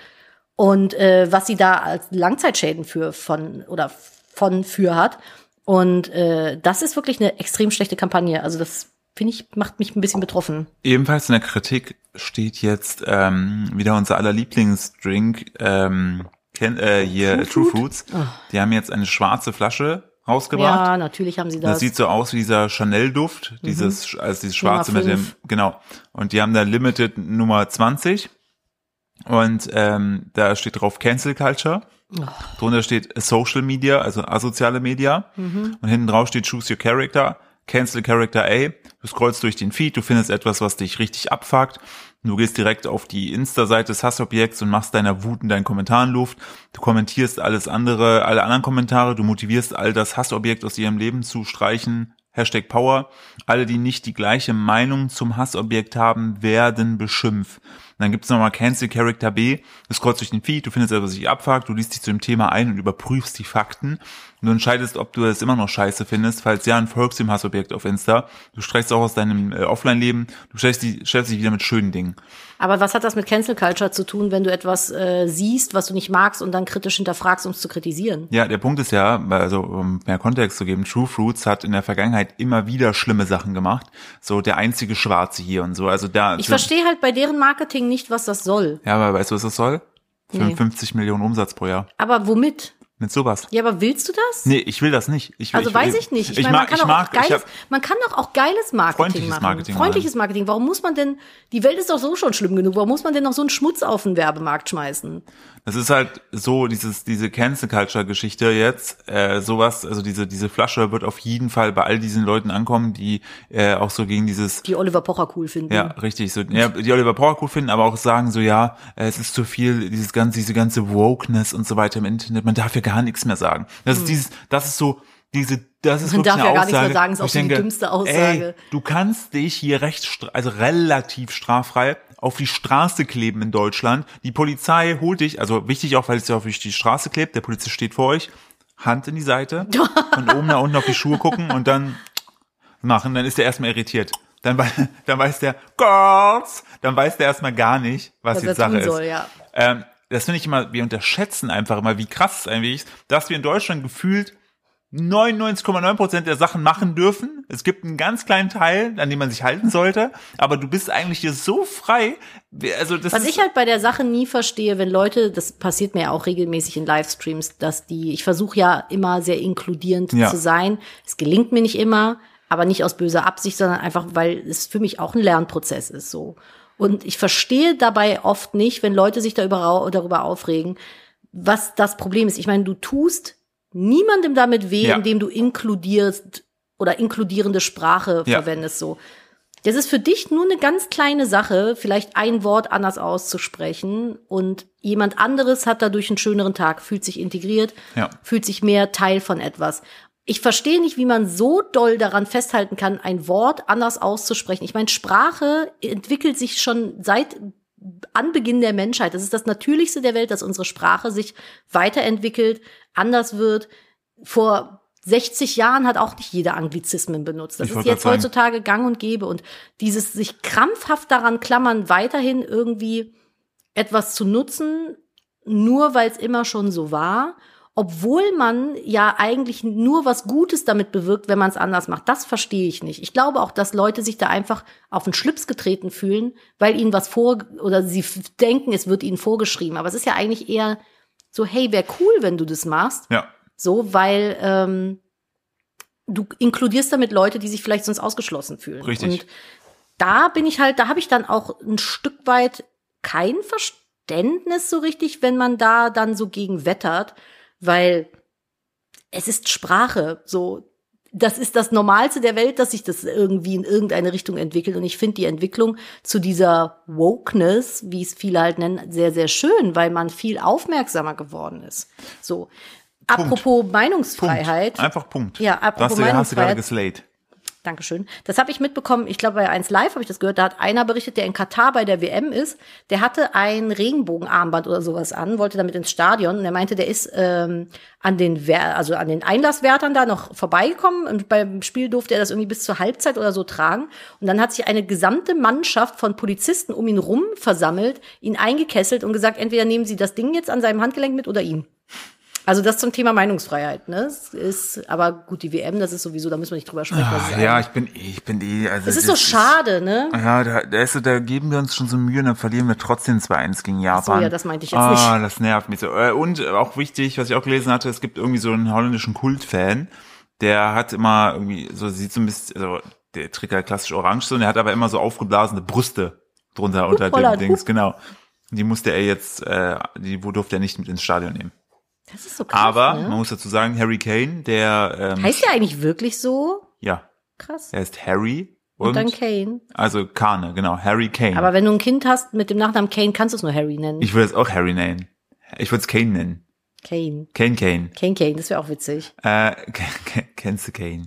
Speaker 2: Und äh, was sie da als Langzeitschäden für von oder von für hat. Und äh, das ist wirklich eine extrem schlechte Kampagne. Also das finde ich, macht mich ein bisschen betroffen.
Speaker 1: Ebenfalls in der Kritik steht jetzt ähm, wieder unser aller Lieblingsdrink ähm, Ken, äh, hier
Speaker 2: True
Speaker 1: True,
Speaker 2: Food? Ah.
Speaker 1: Foods. Die haben jetzt eine schwarze Flasche rausgebracht.
Speaker 2: Ja, natürlich haben sie
Speaker 1: Das,
Speaker 2: das. Mhm.
Speaker 1: sieht so aus wie dieser Chanel-Duft, dieses, also dieses schwarze
Speaker 2: Nummer
Speaker 1: mit dem,
Speaker 2: fünf.
Speaker 1: genau. Und die haben da Limited Nummer 20. Und ähm, da steht drauf Cancel Culture. Drunter steht Social Media, also asoziale Media. Und hinten drauf steht Choose Your Character, Cancel Character A. Du scrollst durch den Feed, du findest etwas, was dich richtig abfuckt. Du gehst direkt auf die Insta-Seite des Hassobjekts und machst deiner Wut in deinen Kommentaren Luft. Du kommentierst alles andere, alle anderen Kommentare. Du motivierst all das Hassobjekt aus ihrem Leben zu streichen. Hashtag Power. Alle, die nicht die gleiche Meinung zum Hassobjekt haben, werden beschimpft. Und dann gibt's nochmal Cancel Character B. Du scrollst durch den Feed, du findest etwas, was dich abfuckt, du liest dich zu dem Thema ein und überprüfst die Fakten. Und du entscheidest, ob du das immer noch scheiße findest. Falls ja, dann folgst du dem Hassobjekt auf Insta. Du streichst auch aus deinem äh, Offline-Leben. Du beschäftigst dich, beschäftigst dich wieder mit schönen Dingen.
Speaker 2: Aber was hat das mit Cancel Culture zu tun, wenn du etwas äh, siehst, was du nicht magst und dann kritisch hinterfragst, um es zu kritisieren?
Speaker 1: Ja, der Punkt ist ja, also um mehr Kontext zu geben, True Fruits hat in der Vergangenheit immer wieder schlimme Sachen gemacht. So der einzige Schwarze hier und so. Also da.
Speaker 2: Ich
Speaker 1: so,
Speaker 2: verstehe halt bei deren Marketing nicht, was das soll.
Speaker 1: Ja, aber weißt du, was das soll?
Speaker 2: Nee.
Speaker 1: 55 Millionen Umsatz pro Jahr.
Speaker 2: Aber womit?
Speaker 1: Mit sowas.
Speaker 2: Ja, aber willst du das?
Speaker 1: Nee, ich will das nicht. Ich,
Speaker 2: Also weiß ich nicht. Ich, meine, man, kann doch auch
Speaker 1: ich
Speaker 2: geiles,
Speaker 1: hab,
Speaker 2: man kann doch auch geiles Marketing
Speaker 1: Freundliches
Speaker 2: machen.
Speaker 1: Marketing
Speaker 2: Freundliches Marketing. Warum muss man denn, die Welt ist doch so schon schlimm genug, warum muss man denn noch so einen Schmutz auf den Werbemarkt schmeißen?
Speaker 1: das ist halt so, dieses, diese Cancel Culture Geschichte jetzt, äh, sowas, also diese, diese Flasche wird auf jeden Fall bei all diesen Leuten ankommen, die äh, auch so gegen dieses
Speaker 2: Die Oliver Pocher cool finden.
Speaker 1: Ja, richtig. So, ja, die Oliver Pocher gut finden, aber auch sagen so, ja, äh, es ist zu viel, dieses ganze, diese ganze Wokeness und so weiter im Internet. Man darf ja gar nichts mehr sagen. Das ist dieses, das ist so, diese, das ist
Speaker 2: Hm. Man
Speaker 1: wirklich
Speaker 2: darf
Speaker 1: eine
Speaker 2: ja gar
Speaker 1: Aussage,
Speaker 2: nichts mehr sagen, ist
Speaker 1: wo
Speaker 2: auch
Speaker 1: ich
Speaker 2: so die
Speaker 1: denke,
Speaker 2: dümmste Aussage.
Speaker 1: Ey, du kannst dich hier recht, stra- also relativ straffrei auf die Straße kleben in Deutschland. Die Polizei holt dich, also wichtig auch, weil es ja auf die Straße klebt, der Polizist steht vor euch, Hand in die Seite und oben nach unten auf die Schuhe gucken und dann machen, dann ist er erstmal irritiert. Dann, wei- dann weiß der, Girls, dann weiß der erstmal gar nicht, was
Speaker 2: Was er
Speaker 1: jetzt Sache
Speaker 2: tun
Speaker 1: ist.
Speaker 2: soll, ja.
Speaker 1: Ähm, das finde ich immer, wir unterschätzen einfach immer, wie krass es eigentlich ist, dass wir in Deutschland gefühlt 99,9% der Sachen machen dürfen. Es gibt einen ganz kleinen Teil, an dem man sich halten sollte, aber du bist eigentlich hier so frei. Wir- Also das
Speaker 2: Was
Speaker 1: ist,
Speaker 2: ich halt bei der Sache nie verstehe, wenn Leute, das passiert mir ja auch regelmäßig in Livestreams, dass die, ich versuche ja immer sehr inkludierend
Speaker 1: Ja.
Speaker 2: zu sein. Es gelingt mir nicht immer, aber nicht aus böser Absicht, sondern einfach, weil es für mich auch ein Lernprozess ist so. Und ich verstehe dabei oft nicht, wenn Leute sich darüber, au- darüber aufregen, was das Problem ist. Ich meine, du tust niemandem damit weh,
Speaker 1: Ja.
Speaker 2: indem du inkludierst oder inkludierende Sprache
Speaker 1: Ja.
Speaker 2: verwendest so. Das ist für dich nur eine ganz kleine Sache, vielleicht ein Wort anders auszusprechen und jemand anderes hat dadurch einen schöneren Tag, fühlt sich integriert,
Speaker 1: Ja.
Speaker 2: fühlt sich mehr Teil von etwas. Ich verstehe nicht, wie man so doll daran festhalten kann, ein Wort anders auszusprechen. Ich meine, Sprache entwickelt sich schon seit Anbeginn der Menschheit. Das ist das Natürlichste der Welt, dass unsere Sprache sich weiterentwickelt, anders wird. Vor 60 Jahren hat auch nicht jeder Anglizismen benutzt. Das
Speaker 1: Ich
Speaker 2: ist
Speaker 1: wollte
Speaker 2: jetzt
Speaker 1: grad sagen.
Speaker 2: heutzutage gang und gäbe. Und dieses sich krampfhaft daran klammern, weiterhin irgendwie etwas zu nutzen, nur weil es immer schon so war, obwohl man ja eigentlich nur was Gutes damit bewirkt, wenn man es anders macht. Das verstehe ich nicht. Ich glaube auch, dass Leute sich da einfach auf den Schlips getreten fühlen, weil ihnen was vor oder sie f- denken, es wird ihnen vorgeschrieben. Aber es ist ja eigentlich eher so, hey, wäre cool, wenn du das machst.
Speaker 1: Ja.
Speaker 2: So, weil ähm, du inkludierst damit Leute, die sich vielleicht sonst ausgeschlossen fühlen.
Speaker 1: Richtig.
Speaker 2: Und da bin ich halt, da habe ich dann auch ein Stück weit kein Verständnis so richtig, wenn man da dann so gegen wettert, weil es ist Sprache, so. Das ist das Normalste der Welt, dass sich das irgendwie in irgendeine Richtung entwickelt. Und ich finde die Entwicklung zu dieser Wokeness, wie es viele halt nennen, sehr, sehr schön, weil man viel aufmerksamer geworden ist. So. Apropos
Speaker 1: Punkt.
Speaker 2: Meinungsfreiheit.
Speaker 1: Einfach Punkt.
Speaker 2: Ja,
Speaker 1: das
Speaker 2: apropos
Speaker 1: äh, hast du gerade
Speaker 2: Meinungsfreiheit.
Speaker 1: geslayed.
Speaker 2: Dankeschön. Das habe ich mitbekommen, ich glaube bei 1 Live habe ich das gehört, da hat einer berichtet, der in Katar bei der WM ist, der hatte ein Regenbogenarmband oder sowas an, wollte damit ins Stadion und er meinte, der ist ähm, an den Wer also an den Einlasswärtern da noch vorbeigekommen und beim Spiel durfte er das irgendwie bis zur Halbzeit oder so tragen und dann hat sich eine gesamte Mannschaft von Polizisten um ihn rum versammelt, ihn eingekesselt und gesagt, entweder nehmen Sie das Ding jetzt an seinem Handgelenk mit oder ihm. Also das zum Thema Meinungsfreiheit, ne? Es ist aber gut, die WM, das ist sowieso, da müssen wir nicht drüber sprechen. das ist
Speaker 1: Ach, ja, ich bin eh, ich bin eh. Also
Speaker 2: es ist so
Speaker 1: das
Speaker 2: schade, ne?
Speaker 1: Ja, da, da, ist, so- da geben wir uns schon so Mühe und dann verlieren wir trotzdem 2-1 gegen Japan.
Speaker 2: ja, das meinte ich jetzt
Speaker 1: ah,
Speaker 2: nicht.
Speaker 1: Ah, das nervt mich so. Äh, Und äh, auch wichtig, was ich auch gelesen hatte, es gibt irgendwie so einen holländischen Kultfan, der hat immer irgendwie, so sieht so ein bisschen, also der trägt halt klassisch orange so und der hat aber immer so aufgeblasene Brüste drunter unter dem
Speaker 2: Holland,
Speaker 1: Dings,
Speaker 2: hup.
Speaker 1: genau. Und Die musste er jetzt, äh, die wo durfte er nicht mit ins Stadion nehmen.
Speaker 2: Das ist so krass.
Speaker 1: Aber man
Speaker 2: ne?
Speaker 1: muss dazu sagen, Harry Kane, der, ähm,
Speaker 2: heißt der eigentlich wirklich so?
Speaker 1: ja,
Speaker 2: Krass.
Speaker 1: er ist Harry und,
Speaker 2: und, dann Kane.
Speaker 1: also Kane, genau, Harry Kane.
Speaker 2: Aber wenn du ein Kind hast mit dem Nachnamen Kane, kannst du es nur Harry nennen.
Speaker 1: Ich würde es auch Harry nennen. Ich würde es Kane nennen.
Speaker 2: Kane.
Speaker 1: Kane Kane.
Speaker 2: Kane Kane, das wäre auch witzig.
Speaker 1: Äh, K- K- kennst du Kane?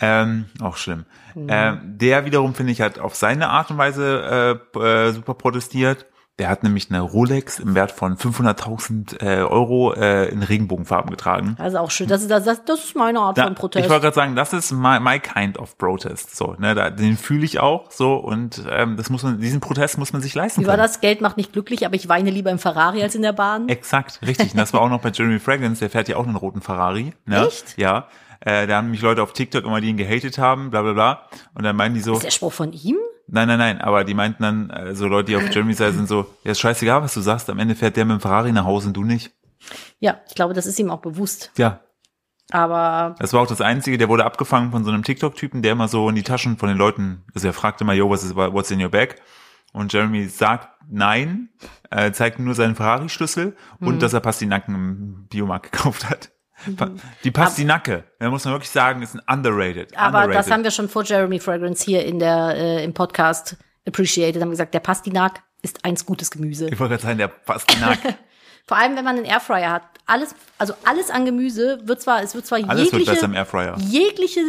Speaker 1: Ähm, auch schlimm.
Speaker 2: Mhm.
Speaker 1: Ähm, der wiederum, finde ich, hat auf seine Art und Weise äh, p- äh, super protestiert. Der hat nämlich eine Rolex im Wert von 500.000 äh, Euro äh, in Regenbogenfarben getragen.
Speaker 2: Also auch schön. Das ist, das, das, das ist meine Art
Speaker 1: Da,
Speaker 2: von
Speaker 1: ich
Speaker 2: Protest.
Speaker 1: wollte gerade sagen, das ist my, my kind of protest. So, ne, da, den fühle ich auch so und ähm, das muss man, diesen Protest muss man sich leisten
Speaker 2: Wie war
Speaker 1: können.
Speaker 2: das? Geld macht nicht glücklich, aber ich weine lieber im Ferrari als in der Bahn.
Speaker 1: Exakt, richtig. Und das war auch noch bei Jeremy Fragrance, der fährt ja auch einen roten Ferrari. Ne?
Speaker 2: Echt?
Speaker 1: Ja. Äh, da haben mich Leute auf TikTok immer, die ihn gehatet haben, bla bla bla. Und dann meinten die so,
Speaker 2: Ist der Spruch von ihm?
Speaker 1: nein, nein, nein, aber die meinten dann, äh, so Leute, die auf Jeremy's Seite sind, so, ja, ist scheißegal, was du sagst, am Ende fährt der mit dem Ferrari nach Hause und du nicht.
Speaker 2: Ja, ich glaube, das ist ihm auch bewusst.
Speaker 1: Ja.
Speaker 2: Aber
Speaker 1: Das war auch das Einzige, der wurde abgefangen von so einem TikTok-Typen, der immer so in die Taschen von den Leuten, also er fragte immer, yo, was ist, what's in your bag? Und Jeremy sagt nein, äh, zeigt nur seinen Ferrari-Schlüssel
Speaker 2: Mhm.
Speaker 1: und dass er Pastinaken im Biomarkt gekauft hat. Pa-
Speaker 2: Mhm.
Speaker 1: Die Pastinacke, da muss man wirklich sagen, ist ein underrated.
Speaker 2: Aber
Speaker 1: underrated.
Speaker 2: das haben wir schon vor Jeremy Fragrance hier in der, äh, im Podcast appreciated, haben gesagt, der Pastinak ist eins gutes Gemüse.
Speaker 1: ich wollte gerade sagen, der Pastinak.
Speaker 2: Vor allem, wenn man einen Airfryer hat. Alles, also alles an Gemüse wird zwar, es wird zwar
Speaker 1: Alles wird
Speaker 2: jegliche,
Speaker 1: besser im Airfryer.
Speaker 2: jegliche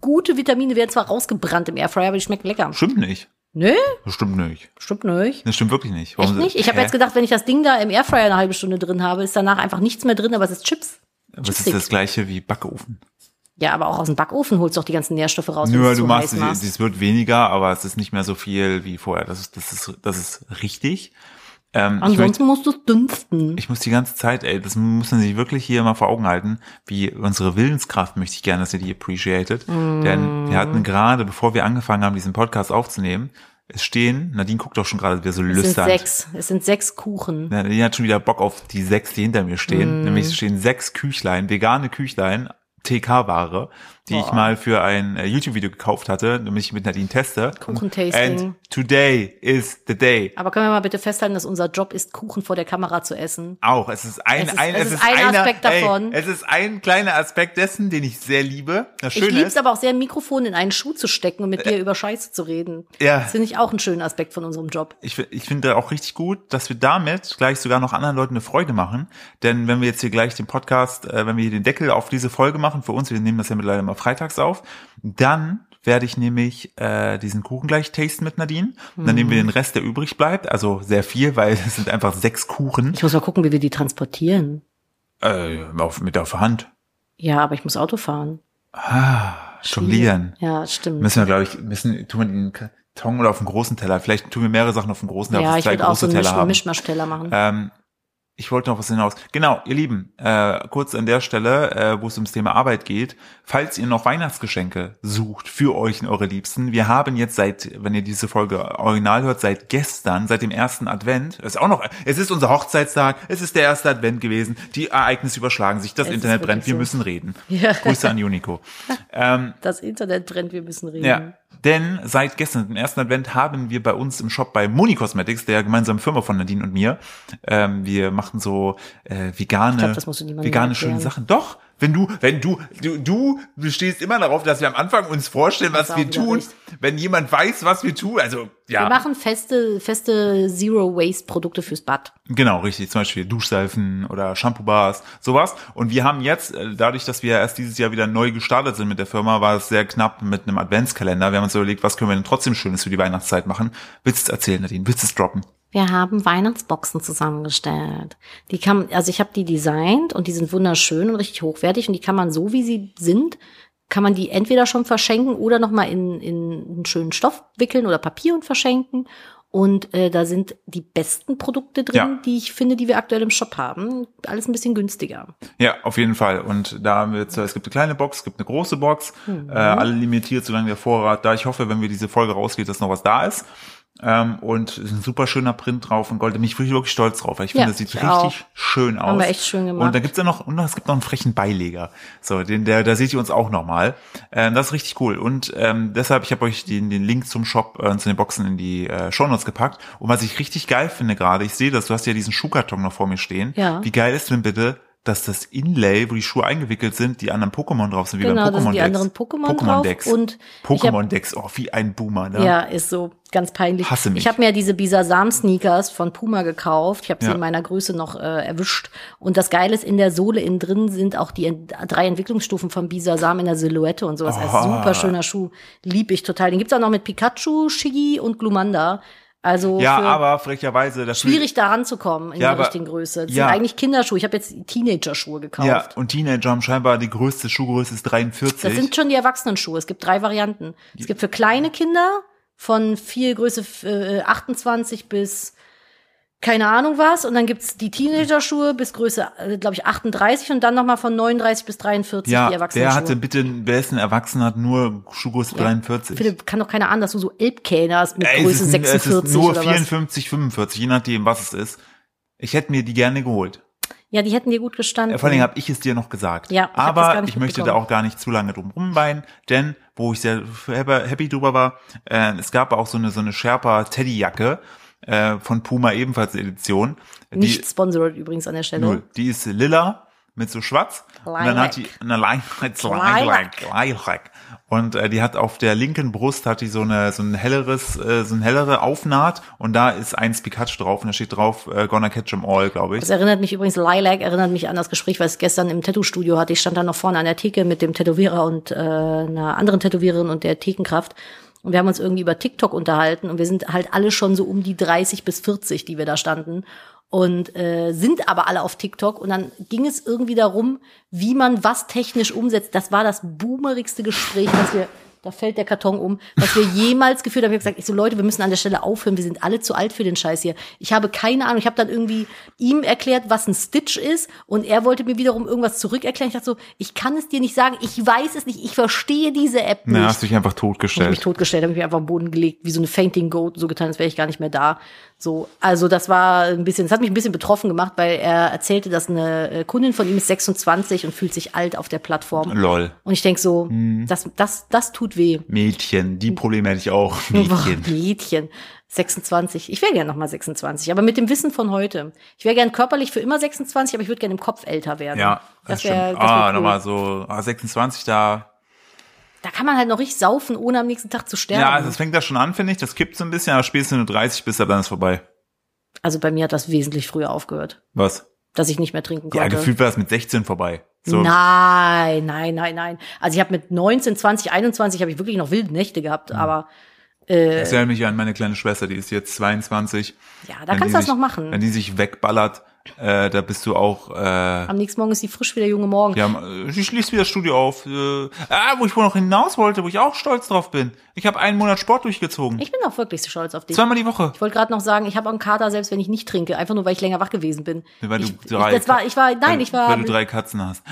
Speaker 2: gute Vitamine werden zwar rausgebrannt im Airfryer, aber die schmecken lecker.
Speaker 1: Stimmt nicht.
Speaker 2: Nö,
Speaker 1: Das stimmt nicht.
Speaker 2: stimmt nicht.
Speaker 1: Das stimmt wirklich nicht.
Speaker 2: Echt
Speaker 1: sie-
Speaker 2: nicht? Ich habe
Speaker 1: Hä?
Speaker 2: jetzt gedacht, wenn ich das Ding da im Airfryer eine halbe Stunde drin habe, ist danach einfach nichts mehr drin, aber es ist Chips.
Speaker 1: Aber es ist
Speaker 2: Chipstick.
Speaker 1: das gleiche wie Backofen.
Speaker 2: Ja, aber auch aus dem Backofen holst du doch die ganzen Nährstoffe raus. wenn
Speaker 1: Nö,
Speaker 2: es
Speaker 1: du
Speaker 2: zu
Speaker 1: machst,
Speaker 2: heiß
Speaker 1: es es wird weniger, aber es ist nicht mehr so viel wie vorher. Das ist, das ist, das ist richtig. Ähm, ich, möchte,
Speaker 2: Ansonsten musst du es dünsten.
Speaker 1: ich muss die ganze Zeit, ey, das muss man sich wirklich hier mal vor Augen halten, wie unsere Willenskraft möchte ich gerne, dass ihr die appreciated. Denn wir
Speaker 2: Mm.
Speaker 1: hatten gerade, bevor wir angefangen haben, diesen Podcast aufzunehmen, es stehen, Nadine guckt doch schon gerade wieder so
Speaker 2: Es sind
Speaker 1: lüstern.
Speaker 2: sechs. Es sind sechs Kuchen.
Speaker 1: Nadine hat schon wieder Bock auf die sechs, die hinter mir
Speaker 2: Mhm.
Speaker 1: stehen. Nämlich es stehen sechs Küchlein, vegane Küchlein, TK-Ware, die ich mal für ein äh, YouTube-Video gekauft hatte, nämlich ich mit Nadine teste.
Speaker 2: Kuchentasting.
Speaker 1: And today is the day.
Speaker 2: Aber können wir mal bitte festhalten, dass unser Job ist, Kuchen vor der Kamera zu essen?
Speaker 1: Auch, es ist ein,
Speaker 2: Es ist-
Speaker 1: ein,
Speaker 2: es ist ein
Speaker 1: einer,
Speaker 2: Aspekt
Speaker 1: ey,
Speaker 2: davon.
Speaker 1: Es ist ein kleiner Aspekt dessen, den ich sehr liebe. Das
Speaker 2: ich
Speaker 1: Schöne
Speaker 2: lieb's
Speaker 1: ist,
Speaker 2: aber auch sehr, ein Mikrofon in einen Schuh zu stecken und mit dir über Scheiße zu reden.
Speaker 1: Ja.
Speaker 2: Das finde ich auch einen schönen Aspekt von unserem Job.
Speaker 1: ich, fi- ich finde auch richtig gut, dass wir damit gleich sogar noch anderen Leuten eine Freude machen. Denn wenn wir jetzt hier gleich den Podcast, äh, wenn wir hier den Deckel auf diese Folge machen, für uns, wir nehmen das ja mittlerweile immer freitags auf, dann werde ich nämlich äh, diesen Kuchen gleich tasten mit Nadine. Und dann
Speaker 2: Hm.
Speaker 1: nehmen wir den Rest, der übrig bleibt. Also sehr viel, weil es sind einfach sechs Kuchen
Speaker 2: Ich muss mal gucken, wie wir die transportieren.
Speaker 1: äh, auf, mit auf der Hand.
Speaker 2: Ja, aber ich muss Auto fahren.
Speaker 1: Ah, Jonglieren.
Speaker 2: Ja, stimmt.
Speaker 1: Müssen wir, glaube ich, müssen, tun wir den Karton oder auf den großen Teller. Vielleicht tun wir mehrere Sachen auf den großen Teller, dass
Speaker 2: Ja,
Speaker 1: wir
Speaker 2: ich
Speaker 1: zwei
Speaker 2: würde auch so
Speaker 1: große
Speaker 2: einen
Speaker 1: Teller
Speaker 2: Misch
Speaker 1: haben.
Speaker 2: Mischmaschteller machen.
Speaker 1: Ähm, Ich wollte noch was hinaus. Genau, ihr Lieben, äh, kurz an der Stelle, äh, wo es ums Thema Arbeit geht, falls ihr noch Weihnachtsgeschenke sucht für euch und eure Liebsten, wir haben jetzt seit, wenn ihr diese Folge original hört, seit gestern, seit dem ersten Advent, ist auch noch, es ist unser Hochzeitstag, es ist der erste Advent gewesen, die Ereignisse überschlagen sich, das
Speaker 2: Es ist
Speaker 1: Internet
Speaker 2: wirklich
Speaker 1: brennt, wir
Speaker 2: so.
Speaker 1: müssen reden.
Speaker 2: Ja.
Speaker 1: Grüße an Unico. ähm,
Speaker 2: Das Internet brennt, wir müssen reden.
Speaker 1: ja. Denn seit gestern, dem ersten Advent, haben wir bei uns im Shop bei Moni Cosmetics, der gemeinsamen Firma von Nadine und mir, ähm, wir machen so äh, vegane,
Speaker 2: glaub, das musst du niemandem
Speaker 1: vegane
Speaker 2: erklären.
Speaker 1: schöne Sachen. Doch, wenn du, wenn du, du, du bestehst immer darauf, dass wir am Anfang uns vorstellen, was
Speaker 2: auch
Speaker 1: wir
Speaker 2: wieder
Speaker 1: tun.
Speaker 2: recht.
Speaker 1: Wenn jemand weiß, was wir tun, also
Speaker 2: Wir
Speaker 1: ja,
Speaker 2: machen feste, feste Zero-Waste-Produkte fürs Bad.
Speaker 1: genau richtig. Zum Beispiel Duschseifen oder Shampoo-Bars, sowas. Und wir haben jetzt, äh, dadurch, dass wir erst dieses Jahr wieder neu gestartet sind mit der Firma, war es sehr knapp mit einem Adventskalender. Wir haben uns überlegt, was können wir denn trotzdem Schönes für die Weihnachtszeit machen? Willst du es erzählen, Nadine? Willst du es droppen?
Speaker 2: Wir haben Weihnachtsboxen zusammengestellt. Die kann, also ich habe die designt und die sind wunderschön und richtig hochwertig und die kann man so wie sie sind, kann man die entweder schon verschenken oder noch mal in, in einen schönen Stoff wickeln oder Papier und verschenken. Und äh, da sind die besten Produkte drin,
Speaker 1: Ja.
Speaker 2: die ich finde, die wir aktuell im Shop haben. Alles ein bisschen günstiger.
Speaker 1: Ja, auf jeden Fall. Und da haben wir jetzt, äh, es gibt eine kleine Box, es gibt eine große Box,
Speaker 2: Mhm.
Speaker 1: äh, alle limitiert, solange der Vorrat da. Ich hoffe, wenn wir diese Folge rausgeht, dass noch was da ist. Ähm, und es ist ein super schöner Print drauf und Gold. Da bin ich wirklich, wirklich stolz drauf, weil ich
Speaker 2: Ja,
Speaker 1: finde, das sieht
Speaker 2: ich
Speaker 1: richtig
Speaker 2: auch.
Speaker 1: schön aus.
Speaker 2: Haben wir echt schön gemacht.
Speaker 1: Und dann gibt's ja noch, und es gibt noch einen frechen Beileger. So, den, der, da seht ihr uns auch nochmal. Ähm, das ist richtig cool. Und ähm, deshalb, ich habe euch den, den Link zum Shop, äh, zu den Boxen in die äh, Shownotes gepackt. Und was ich richtig geil finde gerade, ich sehe das, du hast ja diesen Schuhkarton noch vor mir stehen.
Speaker 2: Ja.
Speaker 1: Wie geil ist denn bitte, dass das Inlay, wo die Schuhe eingewickelt sind, die anderen Pokémon drauf sind, wie
Speaker 2: Genau,
Speaker 1: beim
Speaker 2: da sind
Speaker 1: Pokémon
Speaker 2: die
Speaker 1: Dex.
Speaker 2: anderen Pokémon drauf
Speaker 1: Dex.
Speaker 2: und ich hab-
Speaker 1: Pokémon Dex, oh, wie ein Boomer, ne?
Speaker 2: Ja, ist so ganz peinlich.
Speaker 1: Hasse mich.
Speaker 2: Ich habe mir diese Bisasam-Sneakers von Puma gekauft. Ich habe sie
Speaker 1: Ja.
Speaker 2: in meiner Größe noch äh, erwischt. Und das Geile ist, in der Sohle innen drin sind auch die ent drei Entwicklungsstufen von Bisasam in der Silhouette und sowas.
Speaker 1: Oha.
Speaker 2: Also super schöner Schuh. Lieb ich total. Den gibt's auch noch mit Pikachu, Shiggy und Glumanda. Also
Speaker 1: Ja,
Speaker 2: für
Speaker 1: aber frecherweise, das fühlt-
Speaker 2: schwierig da ranzukommen in
Speaker 1: Ja,
Speaker 2: der
Speaker 1: aber-
Speaker 2: richtigen Größe. Das
Speaker 1: ja.
Speaker 2: sind eigentlich Kinderschuhe. Ich habe jetzt Teenager-Schuhe gekauft.
Speaker 1: Ja, und Teenager haben scheinbar die größte Schuhgröße ist 43.
Speaker 2: Das sind schon die Erwachsenenschuhe. Es gibt drei Varianten. Es gibt für kleine Kinder von viel Größe äh, 28 bis keine Ahnung was. Und dann gibt's die Teenager-Schuhe bis Größe, äh, glaube ich, 38 und dann nochmal von 39 bis 43 die
Speaker 1: ja, wer
Speaker 2: Erwachsenenschuhe.
Speaker 1: hatte bitte, wer ist ein Erwachsener, hat nur Schuhgröße 43?
Speaker 2: Philipp, kann doch keiner ahnen, dass du so Elbkähner hast mit
Speaker 1: Ey,
Speaker 2: Größe
Speaker 1: es ist,
Speaker 2: 46
Speaker 1: es ist nur
Speaker 2: oder was.
Speaker 1: 54, 45, je nachdem, was es ist. Ich hätte mir die gerne geholt.
Speaker 2: Ja, die hätten dir gut
Speaker 1: Äh,
Speaker 2: gestanden.
Speaker 1: Vor allen Dingen habe ich es dir noch gesagt.
Speaker 2: Mhm. Ja, ich hab das
Speaker 1: Aber
Speaker 2: gar nicht
Speaker 1: ich möchte da
Speaker 2: mitbekommen.
Speaker 1: auch gar nicht zu lange drum rumweinen, denn wo ich sehr happy drüber war, äh, es gab auch so eine, so eine Sherpa-Teddyjacke äh, von Puma ebenfalls Edition. Die-
Speaker 2: Nicht sponsored übrigens an der Stelle.
Speaker 1: Null. Die ist lila mit so schwarz. Und dann hat die eine Lilac, Lilac,
Speaker 2: Lilac.
Speaker 1: Lilac. Und äh, die hat auf der linken Brust hat die so eine so ein helleres äh, so ein hellere Aufnaht und da ist eins Pikachu drauf und da steht drauf äh, Gonna catch 'em all, glaube ich.
Speaker 2: Das erinnert mich übrigens, Lilac erinnert mich an das Gespräch, was ich gestern im Tattoo-Studio hatte. Ich stand da noch vorne an der Theke mit dem Tätowierer und äh, einer anderen Tätowiererin und der Thekenkraft. Und wir haben uns irgendwie über TikTok unterhalten und wir sind halt alle schon so um die 30 bis 40, die wir da standen. Und äh, sind aber alle auf TikTok und dann ging es irgendwie darum, wie man was technisch umsetzt. Das war das boomerigste Gespräch, was wir, da fällt der Karton um, was wir jemals geführt haben. Ich habe gesagt, ich so Leute, wir müssen an der Stelle aufhören, wir sind alle zu alt für den Scheiß hier. Ich habe keine Ahnung. Ich habe dann irgendwie ihm erklärt, was ein Stitch ist und er wollte mir wiederum irgendwas zurückerklären. Ich dachte so, ich kann es dir nicht sagen, ich weiß es nicht, ich verstehe diese App nicht.
Speaker 1: Na, hast dich einfach
Speaker 2: Ich habe mich
Speaker 1: totgestellt.
Speaker 2: totgestellt, habe mich einfach am Boden gelegt, wie so eine Fainting Goat, so getan, als wäre ich gar nicht mehr da. So, also das war ein bisschen, das hat mich ein bisschen betroffen gemacht, weil er erzählte, dass eine äh, Kundin von ihm ist 26 und fühlt sich alt auf der Plattform.
Speaker 1: Lol.
Speaker 2: Und ich denke so, das, das, das tut weh.
Speaker 1: Mädchen, die Probleme hätte ich auch. Mädchen.
Speaker 2: Boah, Mädchen. 26. Ich wäre gern noch mal 26, aber mit dem Wissen von heute. Ich wäre gern körperlich für immer 26, aber ich würde gern im Kopf älter werden.
Speaker 1: Ja, das,
Speaker 2: das
Speaker 1: stimmt.
Speaker 2: wäre.
Speaker 1: ah,
Speaker 2: Wär cool.
Speaker 1: nochmal so ah, 26 da.
Speaker 2: Da kann man halt noch richtig saufen, ohne am nächsten Tag zu sterben.
Speaker 1: Ja, also es fängt da schon an, finde ich. Das kippt so ein bisschen, aber spätestens wenn du 30 bist, ab dann ist vorbei.
Speaker 2: also bei mir hat das wesentlich früher aufgehört,
Speaker 1: Was?
Speaker 2: dass ich nicht mehr trinken
Speaker 1: Ja,
Speaker 2: konnte.
Speaker 1: gefühlt war es mit 16 vorbei. So,
Speaker 2: Nein, nein, nein, nein. Also ich habe mit 19, 20, 21 habe ich wirklich noch wilde Nächte
Speaker 1: Mhm.
Speaker 2: gehabt, aber Äh,
Speaker 1: Das erinnert mich an meine kleine Schwester, die ist jetzt 22.
Speaker 2: ja, da
Speaker 1: Wenn die
Speaker 2: kannst du das
Speaker 1: sich-
Speaker 2: noch machen.
Speaker 1: Wenn die sich wegballert, Äh, da bist du auch. Äh,
Speaker 2: Am nächsten Morgen ist sie frisch wie der junge Morgen.
Speaker 1: die haben, äh, ich schließe wieder das Studio auf. Äh, ah, wo ich wohl noch hinaus wollte, wo ich auch stolz drauf bin. Ich habe einen Monat Sport durchgezogen.
Speaker 2: Ich bin auch wirklich so stolz auf dich.
Speaker 1: Zweimal die Woche.
Speaker 2: Ich wollte gerade noch sagen, ich habe einen Kater, selbst wenn ich nicht trinke, einfach nur weil ich länger wach gewesen bin.
Speaker 1: Weil du
Speaker 2: ich,
Speaker 1: drei,
Speaker 2: ich, das war, ich war, nein,
Speaker 1: weil,
Speaker 2: ich war,
Speaker 1: Weil du drei Katzen hast.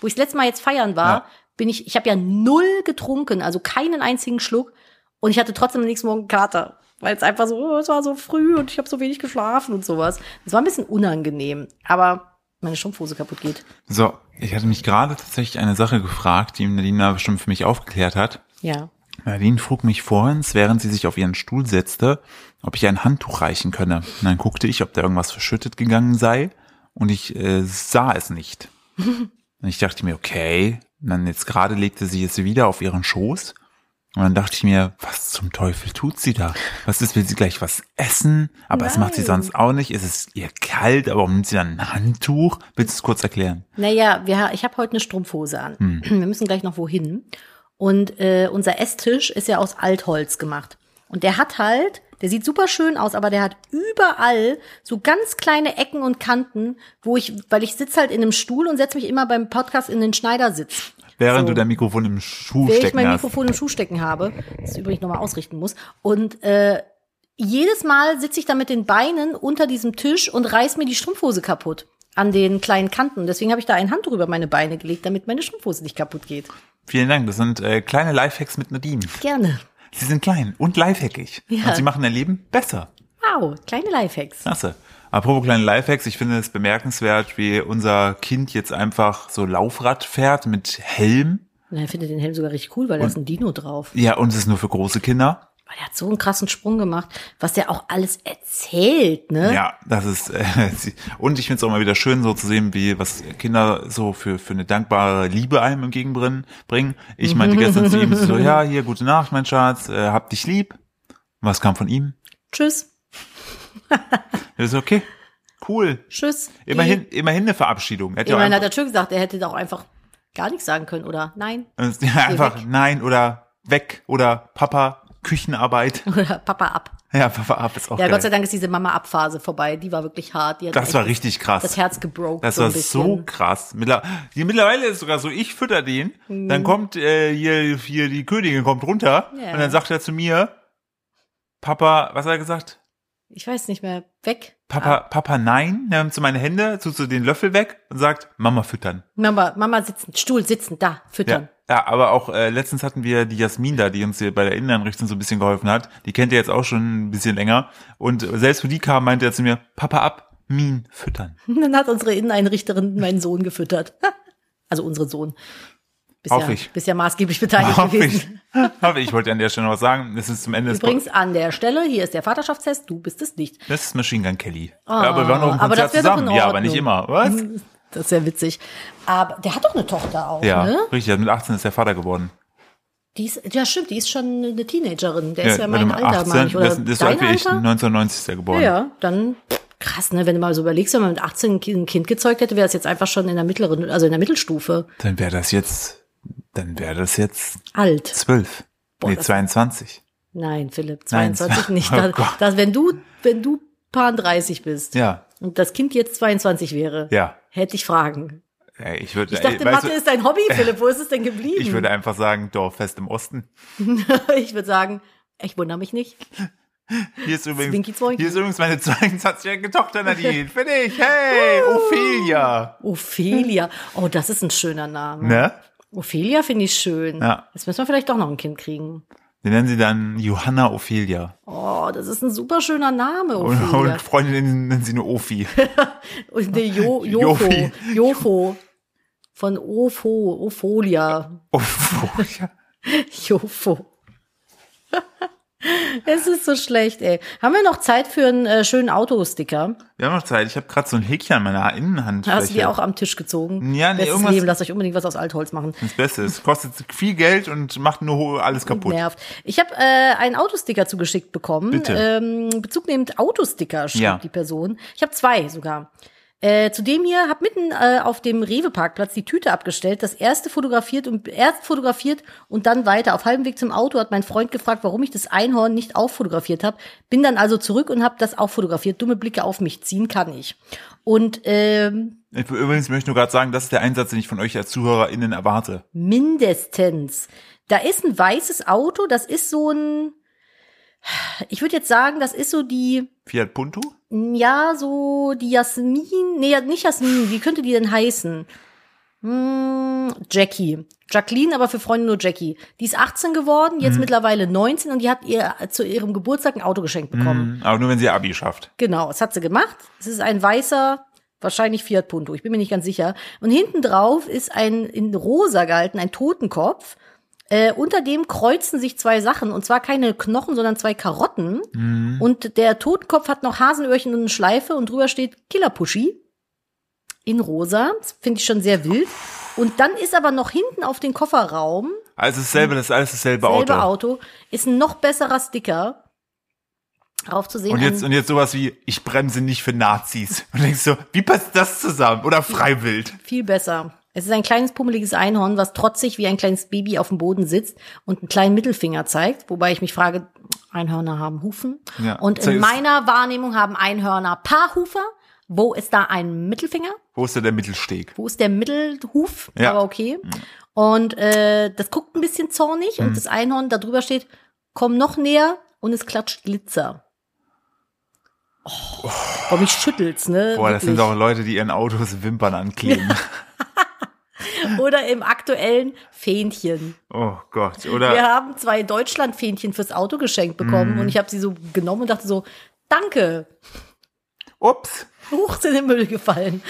Speaker 2: wo ich das letzte Mal jetzt feiern war,
Speaker 1: Ja.
Speaker 2: bin ich, ich habe ja null getrunken, also keinen einzigen Schluck. Und ich hatte trotzdem am nächsten Morgen einen Kater. Weil es einfach so, oh, es war so früh und ich habe so wenig geschlafen und sowas. Es war ein bisschen unangenehm, aber meine Strumpfhose kaputt geht.
Speaker 1: So, ich hatte mich gerade tatsächlich eine Sache gefragt, die Nadine bestimmt für mich aufgeklärt hat.
Speaker 2: Ja.
Speaker 1: Nadine frug mich vorhin, während sie sich auf ihren Stuhl setzte, ob ich ein Handtuch reichen könne. Und dann guckte ich, ob da irgendwas verschüttet gegangen sei und ich äh, sah es nicht. und ich dachte mir, okay. Und dann jetzt gerade legte sie es wieder auf ihren Schoß. Und dann dachte ich mir, was zum Teufel tut sie da? Was ist, will sie gleich was essen? Aber es macht sie
Speaker 2: Nein.
Speaker 1: sonst auch nicht. Es ist ihr kalt, aber warum nimmt sie dann ein Handtuch? Willst du es kurz erklären?
Speaker 2: Naja, wir, ich habe heute eine Strumpfhose an. Wir müssen gleich noch wohin. Und äh, unser Esstisch ist ja aus Altholz gemacht. Und der hat halt, der sieht super schön aus, aber der hat überall so ganz kleine Ecken und Kanten, wo ich, weil ich sitze halt in einem Stuhl und setze mich immer beim Podcast in den Schneidersitz.
Speaker 1: Während
Speaker 2: So.
Speaker 1: du dein Mikrofon im Schuh
Speaker 2: Während ich
Speaker 1: stecken
Speaker 2: mein
Speaker 1: hast.
Speaker 2: Mikrofon im Schuh stecken habe, das ich übrigens nochmal ausrichten muss. Und äh, jedes Mal sitze ich da mit den Beinen unter diesem Tisch und reiß mir die Strumpfhose kaputt an den kleinen Kanten. Deswegen habe ich da ein Handtuch über meine Beine gelegt, damit meine Strumpfhose nicht kaputt geht.
Speaker 1: Vielen Dank. Das sind äh, kleine Lifehacks mit Nadine.
Speaker 2: Gerne.
Speaker 1: Sie sind klein und lifehackig.
Speaker 2: Ja.
Speaker 1: Und sie machen dein Leben besser.
Speaker 2: Wow, kleine Lifehacks.
Speaker 1: Klasse. Apropos kleine Lifehacks, ich finde es bemerkenswert, wie unser Kind jetzt einfach so Laufrad fährt mit Helm.
Speaker 2: Und er findet den Helm sogar richtig cool, weil da ist ein Dino drauf.
Speaker 1: Ja, und es ist nur für große Kinder.
Speaker 2: Weil er hat so einen krassen Sprung gemacht, was der auch alles erzählt, ne?
Speaker 1: Ja, das ist äh, sie- und ich finde es auch mal wieder schön, so zu sehen, wie was Kinder so für für eine dankbare Liebe einem entgegenbringen. bringen. Ich meinte gestern zu ihm so, ja, hier gute Nacht, mein Schatz, äh, hab dich lieb. Was kam von ihm?
Speaker 2: Tschüss,
Speaker 1: Er ist okay, cool.
Speaker 2: tschüss.
Speaker 1: Immerhin, immerhin eine Verabschiedung. Hätte
Speaker 2: Die,
Speaker 1: ja auch
Speaker 2: immerhin hat
Speaker 1: einfach,
Speaker 2: er tschüss gesagt, er hätte doch einfach gar nichts sagen können, oder? Nein.
Speaker 1: ja, einfach
Speaker 2: weg.
Speaker 1: nein oder weg oder Papa, Küchenarbeit.
Speaker 2: Oder Papa ab.
Speaker 1: Ja, Papa ab ist auch
Speaker 2: Ja,
Speaker 1: geil.
Speaker 2: Gott sei Dank ist diese Mama-Ab-Phase vorbei. Die war wirklich hart. Die hat
Speaker 1: Das
Speaker 2: echt
Speaker 1: war richtig krass.
Speaker 2: Das Herz gebroken.
Speaker 1: das
Speaker 2: so
Speaker 1: war
Speaker 2: ein
Speaker 1: so
Speaker 2: bisschen.
Speaker 1: krass. Mittler- die- Mittlerweile ist es sogar so, ich fütter den, dann kommt äh, hier, hier die Königin kommt runter
Speaker 2: Mhm. Ja.
Speaker 1: und dann sagt er zu mir, Papa, was hat er gesagt?
Speaker 2: Ich weiß nicht mehr. Weg.
Speaker 1: Papa, Papa, nein, er nimmt so meine Hände, tut so den Löffel weg und sagt, Mama füttern.
Speaker 2: Mama, Mama sitzen, Stuhl sitzen, da,
Speaker 1: Ja,
Speaker 2: füttern.
Speaker 1: ja, aber auch äh, letztens hatten wir die Jasmin da, die uns hier bei der Inneneinrichtung so ein bisschen geholfen hat. Die kennt ihr jetzt auch schon ein bisschen länger. Und selbst wo die kam, meinte er zu mir, Papa ab, Min füttern.
Speaker 2: Dann hat unsere Inneneinrichterin meinen Sohn gefüttert. also unseren Sohn. Bist
Speaker 1: Hoffe
Speaker 2: ja,
Speaker 1: ich.
Speaker 2: Bist ja maßgeblich beteiligt
Speaker 1: Hoffe ich.
Speaker 2: gewesen.
Speaker 1: Hoffe ich. Ich wollte an der Stelle noch was sagen. Das ist zum Ende des
Speaker 2: Übrigens an der Stelle, hier ist der Vaterschaftstest, du bist es nicht.
Speaker 1: Das ist Machine Gun Kelly. ja, aber wir waren auch im
Speaker 2: Ah, aber
Speaker 1: Konzert
Speaker 2: das wär doch in
Speaker 1: zusammen. Ja, aber
Speaker 2: Ordnung. Mhm.
Speaker 1: nicht immer. Was?
Speaker 2: Das ist ja witzig. Aber der hat doch eine Tochter auch,
Speaker 1: Ja,
Speaker 2: ne?
Speaker 1: richtig. Mit 18 ist der Vater geworden.
Speaker 2: Die ist, ja, stimmt, die ist schon eine Teenagerin. Der ist ja
Speaker 1: warte
Speaker 2: mein
Speaker 1: mal,
Speaker 2: Alter, meine ich. Oder
Speaker 1: das, das ist so
Speaker 2: dein
Speaker 1: alt wie ich.
Speaker 2: Alter?
Speaker 1: 1990 ist er geboren.
Speaker 2: Ja, dann krass, ne? Wenn du mal so überlegst, wenn man mit 18 ein Kind- ein Kind gezeugt hätte, wäre es jetzt einfach schon in der mittleren, also in der Mittelstufe
Speaker 1: Dann wäre das jetzt, dann wäre das jetzt
Speaker 2: alt.
Speaker 1: 12. nee,
Speaker 2: das-
Speaker 1: 22.
Speaker 2: Nein, Philipp,
Speaker 1: Nein,
Speaker 2: 22
Speaker 1: oh
Speaker 2: nicht. Das,
Speaker 1: Gott.
Speaker 2: das, wenn du, wenn du Paar 30 bist
Speaker 1: Ja,
Speaker 2: und das Kind jetzt 22 wäre,
Speaker 1: ja.
Speaker 2: hätte ich Fragen.
Speaker 1: Ey, ich würde,
Speaker 2: Ich dachte,
Speaker 1: ey, weißt
Speaker 2: Mathe
Speaker 1: du,
Speaker 2: ist dein Hobby, Philipp. Wo ist es denn geblieben?
Speaker 1: ich würde einfach sagen, Dorffest im Osten.
Speaker 2: ich würde sagen, ich wundere mich nicht.
Speaker 1: Hier ist übrigens,
Speaker 2: Zwinki Zwonki.
Speaker 1: hier ist übrigens meine 22-jährige Tochter Nadine. Bin ich. Hey, Ophelia.
Speaker 2: Ophelia. Oh, das ist ein schöner Name.
Speaker 1: Ne?
Speaker 2: Ophelia finde ich schön.
Speaker 1: Ja.
Speaker 2: Jetzt müssen wir vielleicht doch noch ein Kind kriegen.
Speaker 1: Wir nennen sie dann Johanna Ophelia.
Speaker 2: Oh, das ist ein super schöner Name,
Speaker 1: Und,
Speaker 2: Ophelia.
Speaker 1: und Freundinnen nennen sie nur Ophi.
Speaker 2: Und nee, jo, Jofo.
Speaker 1: Jofi.
Speaker 2: Jofo. Von Ofo, Opholia.
Speaker 1: Ophelia.
Speaker 2: Jofo. es ist so schlecht, ey. Haben wir noch Zeit für einen äh, schönen Autosticker?
Speaker 1: Wir haben noch Zeit. Ich habe gerade so ein Häkchen an meiner Innenhand.
Speaker 2: Hast du die auch am Tisch gezogen?
Speaker 1: Ja, nee,
Speaker 2: Bestes
Speaker 1: irgendwas-
Speaker 2: Leben, lasst euch unbedingt was aus Altholz machen.
Speaker 1: Das Beste ist, kostet viel Geld und macht nur ho- alles kaputt.
Speaker 2: Nervt. Ich habe äh, einen Autosticker zugeschickt bekommen.
Speaker 1: Bitte.
Speaker 2: Ähm, bezugnehmend Autosticker schrieb
Speaker 1: Ja.
Speaker 2: die Person. Ich habe zwei sogar. Äh, zudem hier hab mitten äh, auf dem Rewe-Parkplatz die Tüte abgestellt, das erste fotografiert und erst fotografiert und dann weiter. Auf halbem Weg zum Auto hat mein Freund gefragt, warum ich das Einhorn nicht auch fotografiert habe. Bin dann also zurück und hab das auch fotografiert. Dumme Blicke auf mich ziehen kann ich. Und ähm,
Speaker 1: Ich, übrigens möchte ich nur gerade sagen, das ist der Einsatz, den ich von euch als ZuhörerInnen erwarte.
Speaker 2: mindestens. Da ist ein weißes Auto, das ist so ein, ich würde jetzt sagen, das ist so die,
Speaker 1: Fiat Punto?
Speaker 2: Ja, so die Jasmin, nee, nicht Jasmin, wie könnte die denn heißen? Hm, Jackie. Jacqueline, aber für Freunde nur Jackie. Die ist 18 geworden, jetzt mittlerweile 19 und die hat ihr zu ihrem Geburtstag ein Auto geschenkt bekommen.
Speaker 1: Mhm. Aber nur, wenn sie ihr Abi schafft.
Speaker 2: Genau, das hat sie gemacht. Es ist ein weißer, wahrscheinlich Fiat Punto, ich bin mir nicht ganz sicher. Und hinten drauf ist ein in rosa gehalten, ein Totenkopf. Äh, unter dem kreuzen sich zwei Sachen, und zwar keine Knochen, sondern zwei Karotten.
Speaker 1: Mhm.
Speaker 2: Und der Totenkopf hat noch Hasenöhrchen und eine Schleife und drüber steht Killer Pushy in rosa. Das finde ich schon sehr wild. Und dann ist aber noch hinten auf den Kofferraum
Speaker 1: Also dasselbe, das ist alles dasselbe, Auto.
Speaker 2: selbe Auto, ist ein noch besserer Sticker. Darauf zu sehen.
Speaker 1: Und jetzt,
Speaker 2: ein-
Speaker 1: und jetzt sowas wie, ich bremse nicht für Nazis. Und denkst so, wie passt das zusammen? Oder Freiwild.
Speaker 2: Viel besser. Es ist ein kleines pummeliges Einhorn, was trotzig wie ein kleines Baby auf dem Boden sitzt und einen kleinen Mittelfinger zeigt, wobei ich mich frage, Einhörner haben Hufen.
Speaker 1: Ja,
Speaker 2: und
Speaker 1: so
Speaker 2: in
Speaker 1: ist-
Speaker 2: meiner Wahrnehmung haben Einhörner Paarhufer. Wo ist da ein Mittelfinger?
Speaker 1: Wo ist denn der Mittelsteg?
Speaker 2: Wo ist der Mittelhuf?
Speaker 1: Ja. Mhm.
Speaker 2: Aber okay. Und äh, das guckt ein bisschen zornig und das Einhorn da drüber steht, komm noch näher und es klatscht Glitzer. Oh, boah, mich schüttelt's, ne?
Speaker 1: Boah, das sind
Speaker 2: Wirklich.
Speaker 1: auch Leute, die ihren Autos Wimpern ankleben.
Speaker 2: Oder im aktuellen Fähnchen.
Speaker 1: Oh Gott. Oder
Speaker 2: Wir haben zwei Deutschlandfähnchen fürs Auto geschenkt bekommen
Speaker 1: Mhm.
Speaker 2: und ich habe sie so genommen und dachte so, danke,
Speaker 1: ups.
Speaker 2: hoch sind in den Müll gefallen.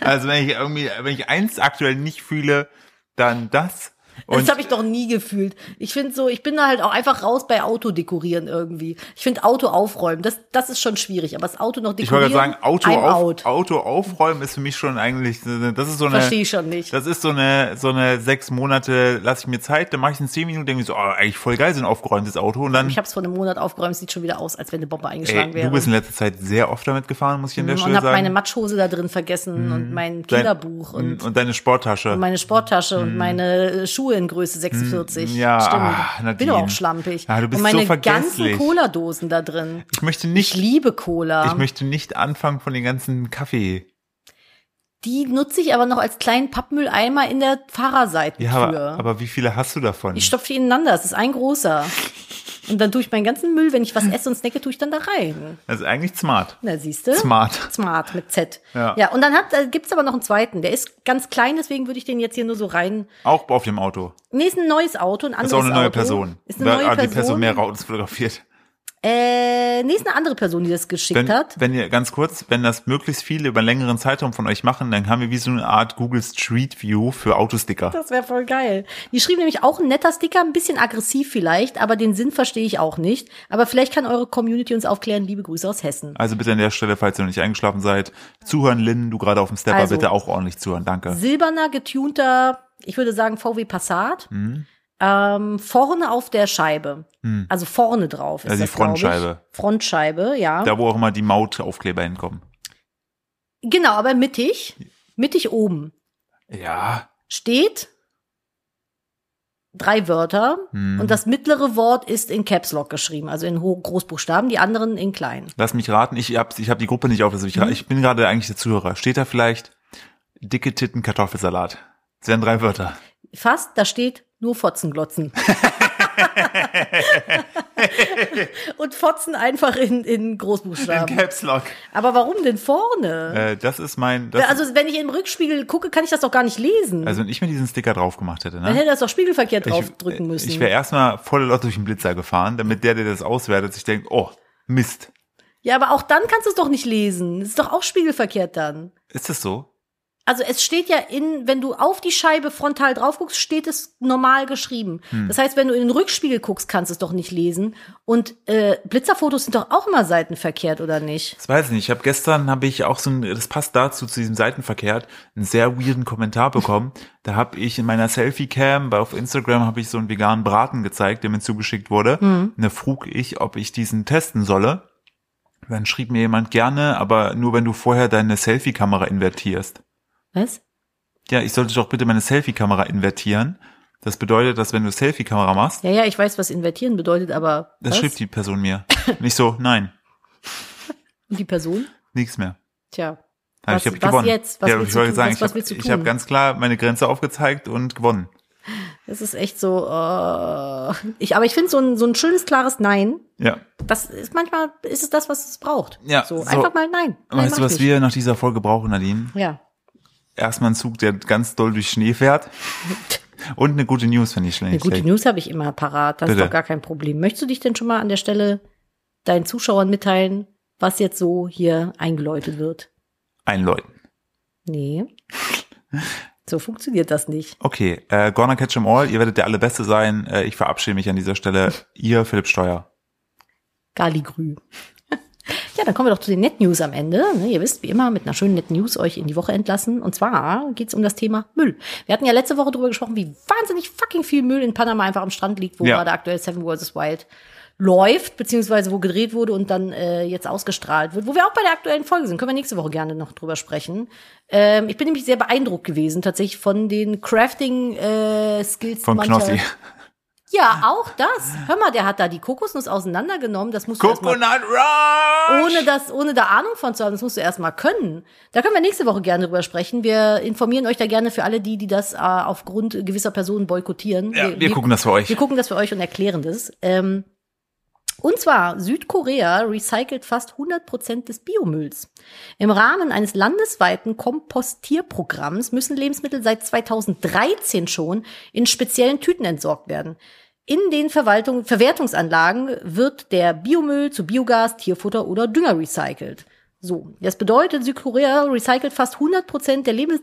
Speaker 1: Also wenn ich irgendwie, wenn ich eins aktuell nicht fühle, dann das. Und
Speaker 2: das habe ich noch nie gefühlt. Ich finde so, ich bin da halt auch einfach raus bei Auto dekorieren irgendwie. Ich finde Auto aufräumen, das, das ist schon schwierig, aber das Auto noch
Speaker 1: ich
Speaker 2: dekorieren.
Speaker 1: wollte gerade sagen, Auto,
Speaker 2: I'm
Speaker 1: auf,
Speaker 2: out.
Speaker 1: Auto aufräumen ist für mich schon eigentlich, so eine- das ist so eine.
Speaker 2: Verstehe ich schon nicht.
Speaker 1: Das ist so eine, so eine sechs Monate, lasse ich mir Zeit, dann mache ich in zehn Minuten, denke ich so, oh, eigentlich voll geil, so ein aufgeräumtes Auto. Und dann,
Speaker 2: Ich habe es vor einem Monat aufgeräumt, sieht schon wieder aus, als wenn eine Bombe eingeschlagen
Speaker 1: ey,
Speaker 2: wäre.
Speaker 1: du bist in letzter Zeit sehr oft damit gefahren, muss ich an der
Speaker 2: und
Speaker 1: Stelle
Speaker 2: habe
Speaker 1: sagen.
Speaker 2: meine Matschhose da drin vergessen und mein
Speaker 1: Mhm. Dein-
Speaker 2: Kinderbuch und
Speaker 1: und deine Sporttasche.
Speaker 2: meine Sporttasche und meine äh, Schuhe in Größe 46.
Speaker 1: Mhm. Ja, ah,
Speaker 2: stimmt.
Speaker 1: Nadine.
Speaker 2: Bin auch schlampig.
Speaker 1: Ja, du bist
Speaker 2: und meine
Speaker 1: so vergesslich.
Speaker 2: ganzen Cola-Dosen da drin.
Speaker 1: ich möchte
Speaker 2: Ich
Speaker 1: nicht,
Speaker 2: liebe Cola.
Speaker 1: ich möchte nicht anfangen von den ganzen Kaffee.
Speaker 2: die nutze ich aber noch als kleinen Pappmülleimer in der
Speaker 1: Ja,
Speaker 2: Fahrerseitentür.
Speaker 1: aber, aber wie viele hast du davon?
Speaker 2: ich stopfe die ineinander, es ist ein großer. Und dann tue ich meinen ganzen Müll, wenn ich was esse und snacke, tue ich dann da rein.
Speaker 1: Also eigentlich smart.
Speaker 2: Na, siehst du?
Speaker 1: Smart.
Speaker 2: Smart mit Z.
Speaker 1: Ja.
Speaker 2: ja und dann hat, äh, gibt's aber noch einen zweiten. Der ist ganz klein, deswegen würde ich den jetzt hier nur so rein
Speaker 1: Auch auf dem Auto.
Speaker 2: Nee, ist ein neues Auto, ein anderes
Speaker 1: Ist auch eine neue
Speaker 2: Auto.
Speaker 1: Person.
Speaker 2: Ist eine neue
Speaker 1: Weil, ah,
Speaker 2: Person.
Speaker 1: Die Person mehrere Autos fotografiert.
Speaker 2: äh, nee, ist eine andere Person, die das geschickt
Speaker 1: Wenn,
Speaker 2: hat.
Speaker 1: wenn ihr ganz kurz, wenn das möglichst viele über einen längeren Zeitraum von euch machen, dann haben wir wie so eine Art Google Street View für Autosticker.
Speaker 2: Das wäre voll geil. Die schrieben nämlich auch ein netter Sticker, ein bisschen aggressiv vielleicht, aber den Sinn verstehe ich auch nicht. Aber vielleicht kann eure Community uns aufklären. Liebe Grüße aus Hessen.
Speaker 1: Also bitte an der Stelle, falls ihr noch nicht eingeschlafen seid, zuhören, Lynn, du gerade auf dem Stepper,
Speaker 2: Also.
Speaker 1: bitte auch ordentlich zuhören, danke.
Speaker 2: Silberner, getunter, ich würde sagen VW Passat.
Speaker 1: Hm?
Speaker 2: Ähm, vorne auf der Scheibe. Also vorne drauf ist
Speaker 1: Also Hm. die
Speaker 2: das, glaub ich.
Speaker 1: Frontscheibe.
Speaker 2: Frontscheibe, ja.
Speaker 1: Da, wo auch immer die Mautaufkleber hinkommen.
Speaker 2: Genau, aber mittig. Mittig oben.
Speaker 1: Ja,
Speaker 2: steht drei Wörter
Speaker 1: Hm.
Speaker 2: und das mittlere Wort ist in Caps Lock geschrieben, also in Ho- Großbuchstaben, die anderen in klein.
Speaker 1: lass mich raten, ich hab's, ich hab die Gruppe nicht auf, also ich,
Speaker 2: Mhm.
Speaker 1: ich bin gerade eigentlich der Zuhörer. Steht da vielleicht dicke Titten Kartoffelsalat? Das wären drei Wörter.
Speaker 2: Fast, da steht nur Fotzenglotzen. und Fotzen einfach in, in Großbuchstaben.
Speaker 1: Caps Lock.
Speaker 2: Aber warum denn vorne?
Speaker 1: Äh, das ist mein, das
Speaker 2: also wenn ich in den Rückspiegel gucke, kann ich das doch gar nicht lesen.
Speaker 1: Also wenn ich mir diesen Sticker drauf gemacht hätte,
Speaker 2: Dann
Speaker 1: ne?
Speaker 2: hätte das doch spiegelverkehrt draufdrücken
Speaker 1: ich,
Speaker 2: müssen.
Speaker 1: ich wäre erstmal volle Lotte durch den Blitzer gefahren, damit der, der das auswertet, sich denkt, oh, Mist.
Speaker 2: ja, aber auch dann kannst du es doch nicht lesen. Es ist doch auch spiegelverkehrt dann.
Speaker 1: Ist das so?
Speaker 2: Also es steht ja in, wenn du auf die Scheibe frontal drauf guckst, steht es normal geschrieben.
Speaker 1: Hm.
Speaker 2: Das heißt, wenn du in den Rückspiegel guckst, kannst du es doch nicht lesen. Und äh, Blitzerfotos sind doch auch immer seitenverkehrt, oder nicht?
Speaker 1: Das weiß ich nicht. Ich habe gestern habe ich auch so ein, das passt dazu zu diesem Seitenverkehr, einen sehr weirden Kommentar bekommen. Da habe ich in meiner Selfie-Cam bei auf Instagram habe ich so einen veganen Hm. Braten gezeigt, der mir zugeschickt wurde. Und da frug ich, ob ich diesen testen solle. Dann schrieb mir jemand gerne, aber nur wenn du vorher deine Selfie-Kamera invertierst.
Speaker 2: Was?
Speaker 1: Ja, ich sollte doch bitte meine Selfie-Kamera invertieren. Das bedeutet, dass wenn du Selfie-Kamera machst,
Speaker 2: Ja, ja, ich weiß, was invertieren bedeutet, aber
Speaker 1: das
Speaker 2: was?
Speaker 1: schrieb die Person mir. Nicht so, nein,
Speaker 2: Und die Person?
Speaker 1: nichts mehr.
Speaker 2: Tja.
Speaker 1: Hab
Speaker 2: Was-
Speaker 1: ich hab
Speaker 2: was
Speaker 1: gewonnen.
Speaker 2: jetzt? Was
Speaker 1: ja,
Speaker 2: willst
Speaker 1: ich
Speaker 2: du
Speaker 1: wollte
Speaker 2: tun?
Speaker 1: sagen,
Speaker 2: Was-
Speaker 1: ich
Speaker 2: was
Speaker 1: hab-
Speaker 2: willst du
Speaker 1: ich habe
Speaker 2: tun?
Speaker 1: ganz klar meine Grenze aufgezeigt und gewonnen.
Speaker 2: Das ist echt so, äh, ich, aber ich finde so ein, so ein schönes, klares Nein,
Speaker 1: Ja.
Speaker 2: das ist manchmal, ist es das, was es braucht.
Speaker 1: Ja,
Speaker 2: So,
Speaker 1: so.
Speaker 2: einfach mal Nein. nein
Speaker 1: Weißt
Speaker 2: mach
Speaker 1: du,
Speaker 2: ich
Speaker 1: was
Speaker 2: nicht.
Speaker 1: wir nach dieser Folge brauchen, Nadine?
Speaker 2: Ja.
Speaker 1: Erstmal einen Zug, der ganz doll durch Schnee fährt. Und eine gute News, finde ich
Speaker 2: Eine
Speaker 1: schlecht.
Speaker 2: gute News habe ich immer parat, das ist
Speaker 1: Bitte.
Speaker 2: doch gar kein Problem. Möchtest du dich denn schon mal an der Stelle deinen Zuschauern mitteilen, was jetzt so hier eingeläutet wird?
Speaker 1: Einläuten.
Speaker 2: Nee. So funktioniert das nicht.
Speaker 1: Okay, äh, Gonna Catch 'em All, ihr werdet der Allerbeste sein. Äh, ich verabschiede mich an dieser Stelle. Ihr, Philipp Steuer.
Speaker 2: Galigrü. Ja, dann kommen wir doch zu den Net News am Ende. Ne, Ihr wisst, wie immer, mit einer schönen Net News euch in die Woche entlassen. Und zwar geht's um das Thema Müll. Wir hatten ja letzte Woche darüber gesprochen, wie wahnsinnig fucking viel Müll in Panama einfach am Strand liegt, wo
Speaker 1: Ja.
Speaker 2: gerade aktuell Seven vs. Wild läuft, beziehungsweise wo gedreht wurde und dann äh, jetzt ausgestrahlt wird, wo wir auch bei der aktuellen Folge sind. Können wir nächste Woche gerne noch drüber sprechen. Ähm, ich bin nämlich sehr beeindruckt gewesen, tatsächlich von den Crafting-Skills
Speaker 1: Von Knossi.
Speaker 2: Ja, auch das. Hör mal, der hat da die Kokosnuss auseinandergenommen. Das musst du erst mal
Speaker 1: Coconut Rush!
Speaker 2: ohne das, ohne da Ahnung von zu haben, das musst du erstmal können. Da können wir nächste Woche gerne drüber sprechen. Wir informieren euch da gerne für alle die, die das äh, aufgrund gewisser Personen boykottieren.
Speaker 1: Ja, wir gucken das für euch.
Speaker 2: Wir gucken das für euch und erklären das. Ähm, und zwar, Südkorea recycelt fast 100 Prozent des Biomülls. Im Rahmen eines landesweiten Kompostierprogramms müssen Lebensmittel seit 2013 schon in speziellen Tüten entsorgt werden. In den Verwaltung Verwertungsanlagen wird der Biomüll zu Biogas, Tierfutter oder Dünger recycelt. So, das bedeutet, Südkorea recycelt fast 100 Prozent der Lebens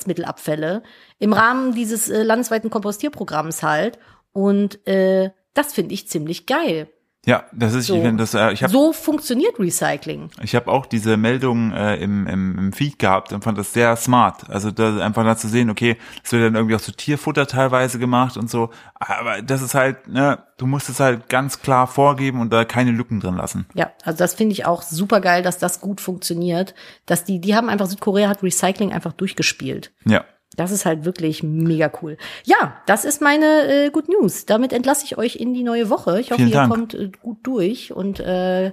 Speaker 2: Lebensmittelabfälle im Rahmen dieses äh, landesweiten Kompostierprogramms halt. Und äh, das finde ich ziemlich geil.
Speaker 1: Ja, das ist,
Speaker 2: So.
Speaker 1: ich, find das, äh, ich habe
Speaker 2: So funktioniert Recycling.
Speaker 1: Ich habe auch diese Meldung äh, im, im, im Feed gehabt und fand das sehr smart. Also da, einfach da zu sehen, okay, das wird dann irgendwie auch zu Tierfutter teilweise gemacht und so. Aber das ist halt, ne, du musst es halt ganz klar vorgeben und da keine Lücken drin lassen.
Speaker 2: Ja, also das finde ich auch super geil, dass das gut funktioniert. Dass die, die haben einfach, Südkorea hat Recycling einfach durchgespielt.
Speaker 1: Ja.
Speaker 2: Das ist halt wirklich mega cool. Ja, das ist meine äh, Good News. Damit entlasse ich euch in die neue Woche. Ich hoffe,
Speaker 1: Vielen
Speaker 2: ihr
Speaker 1: Dank.
Speaker 2: kommt äh, gut durch. Und äh,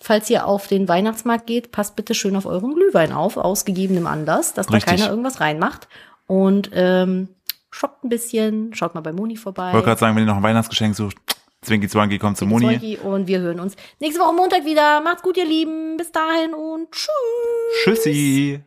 Speaker 2: falls ihr auf den Weihnachtsmarkt geht, passt bitte schön auf euren Glühwein auf, aus gegebenem Anlass, dass
Speaker 1: Richtig.
Speaker 2: da keiner irgendwas reinmacht. Und ähm, shoppt ein bisschen, schaut mal bei Moni vorbei.
Speaker 1: Wollte gerade sagen, wenn ihr noch ein Weihnachtsgeschenk sucht, Zwinki Zwanki kommt zu Moni.
Speaker 2: Zeugi Und wir hören uns nächste Woche Montag wieder. Macht's gut, ihr Lieben. Bis dahin und tschüss.
Speaker 1: Tschüssi.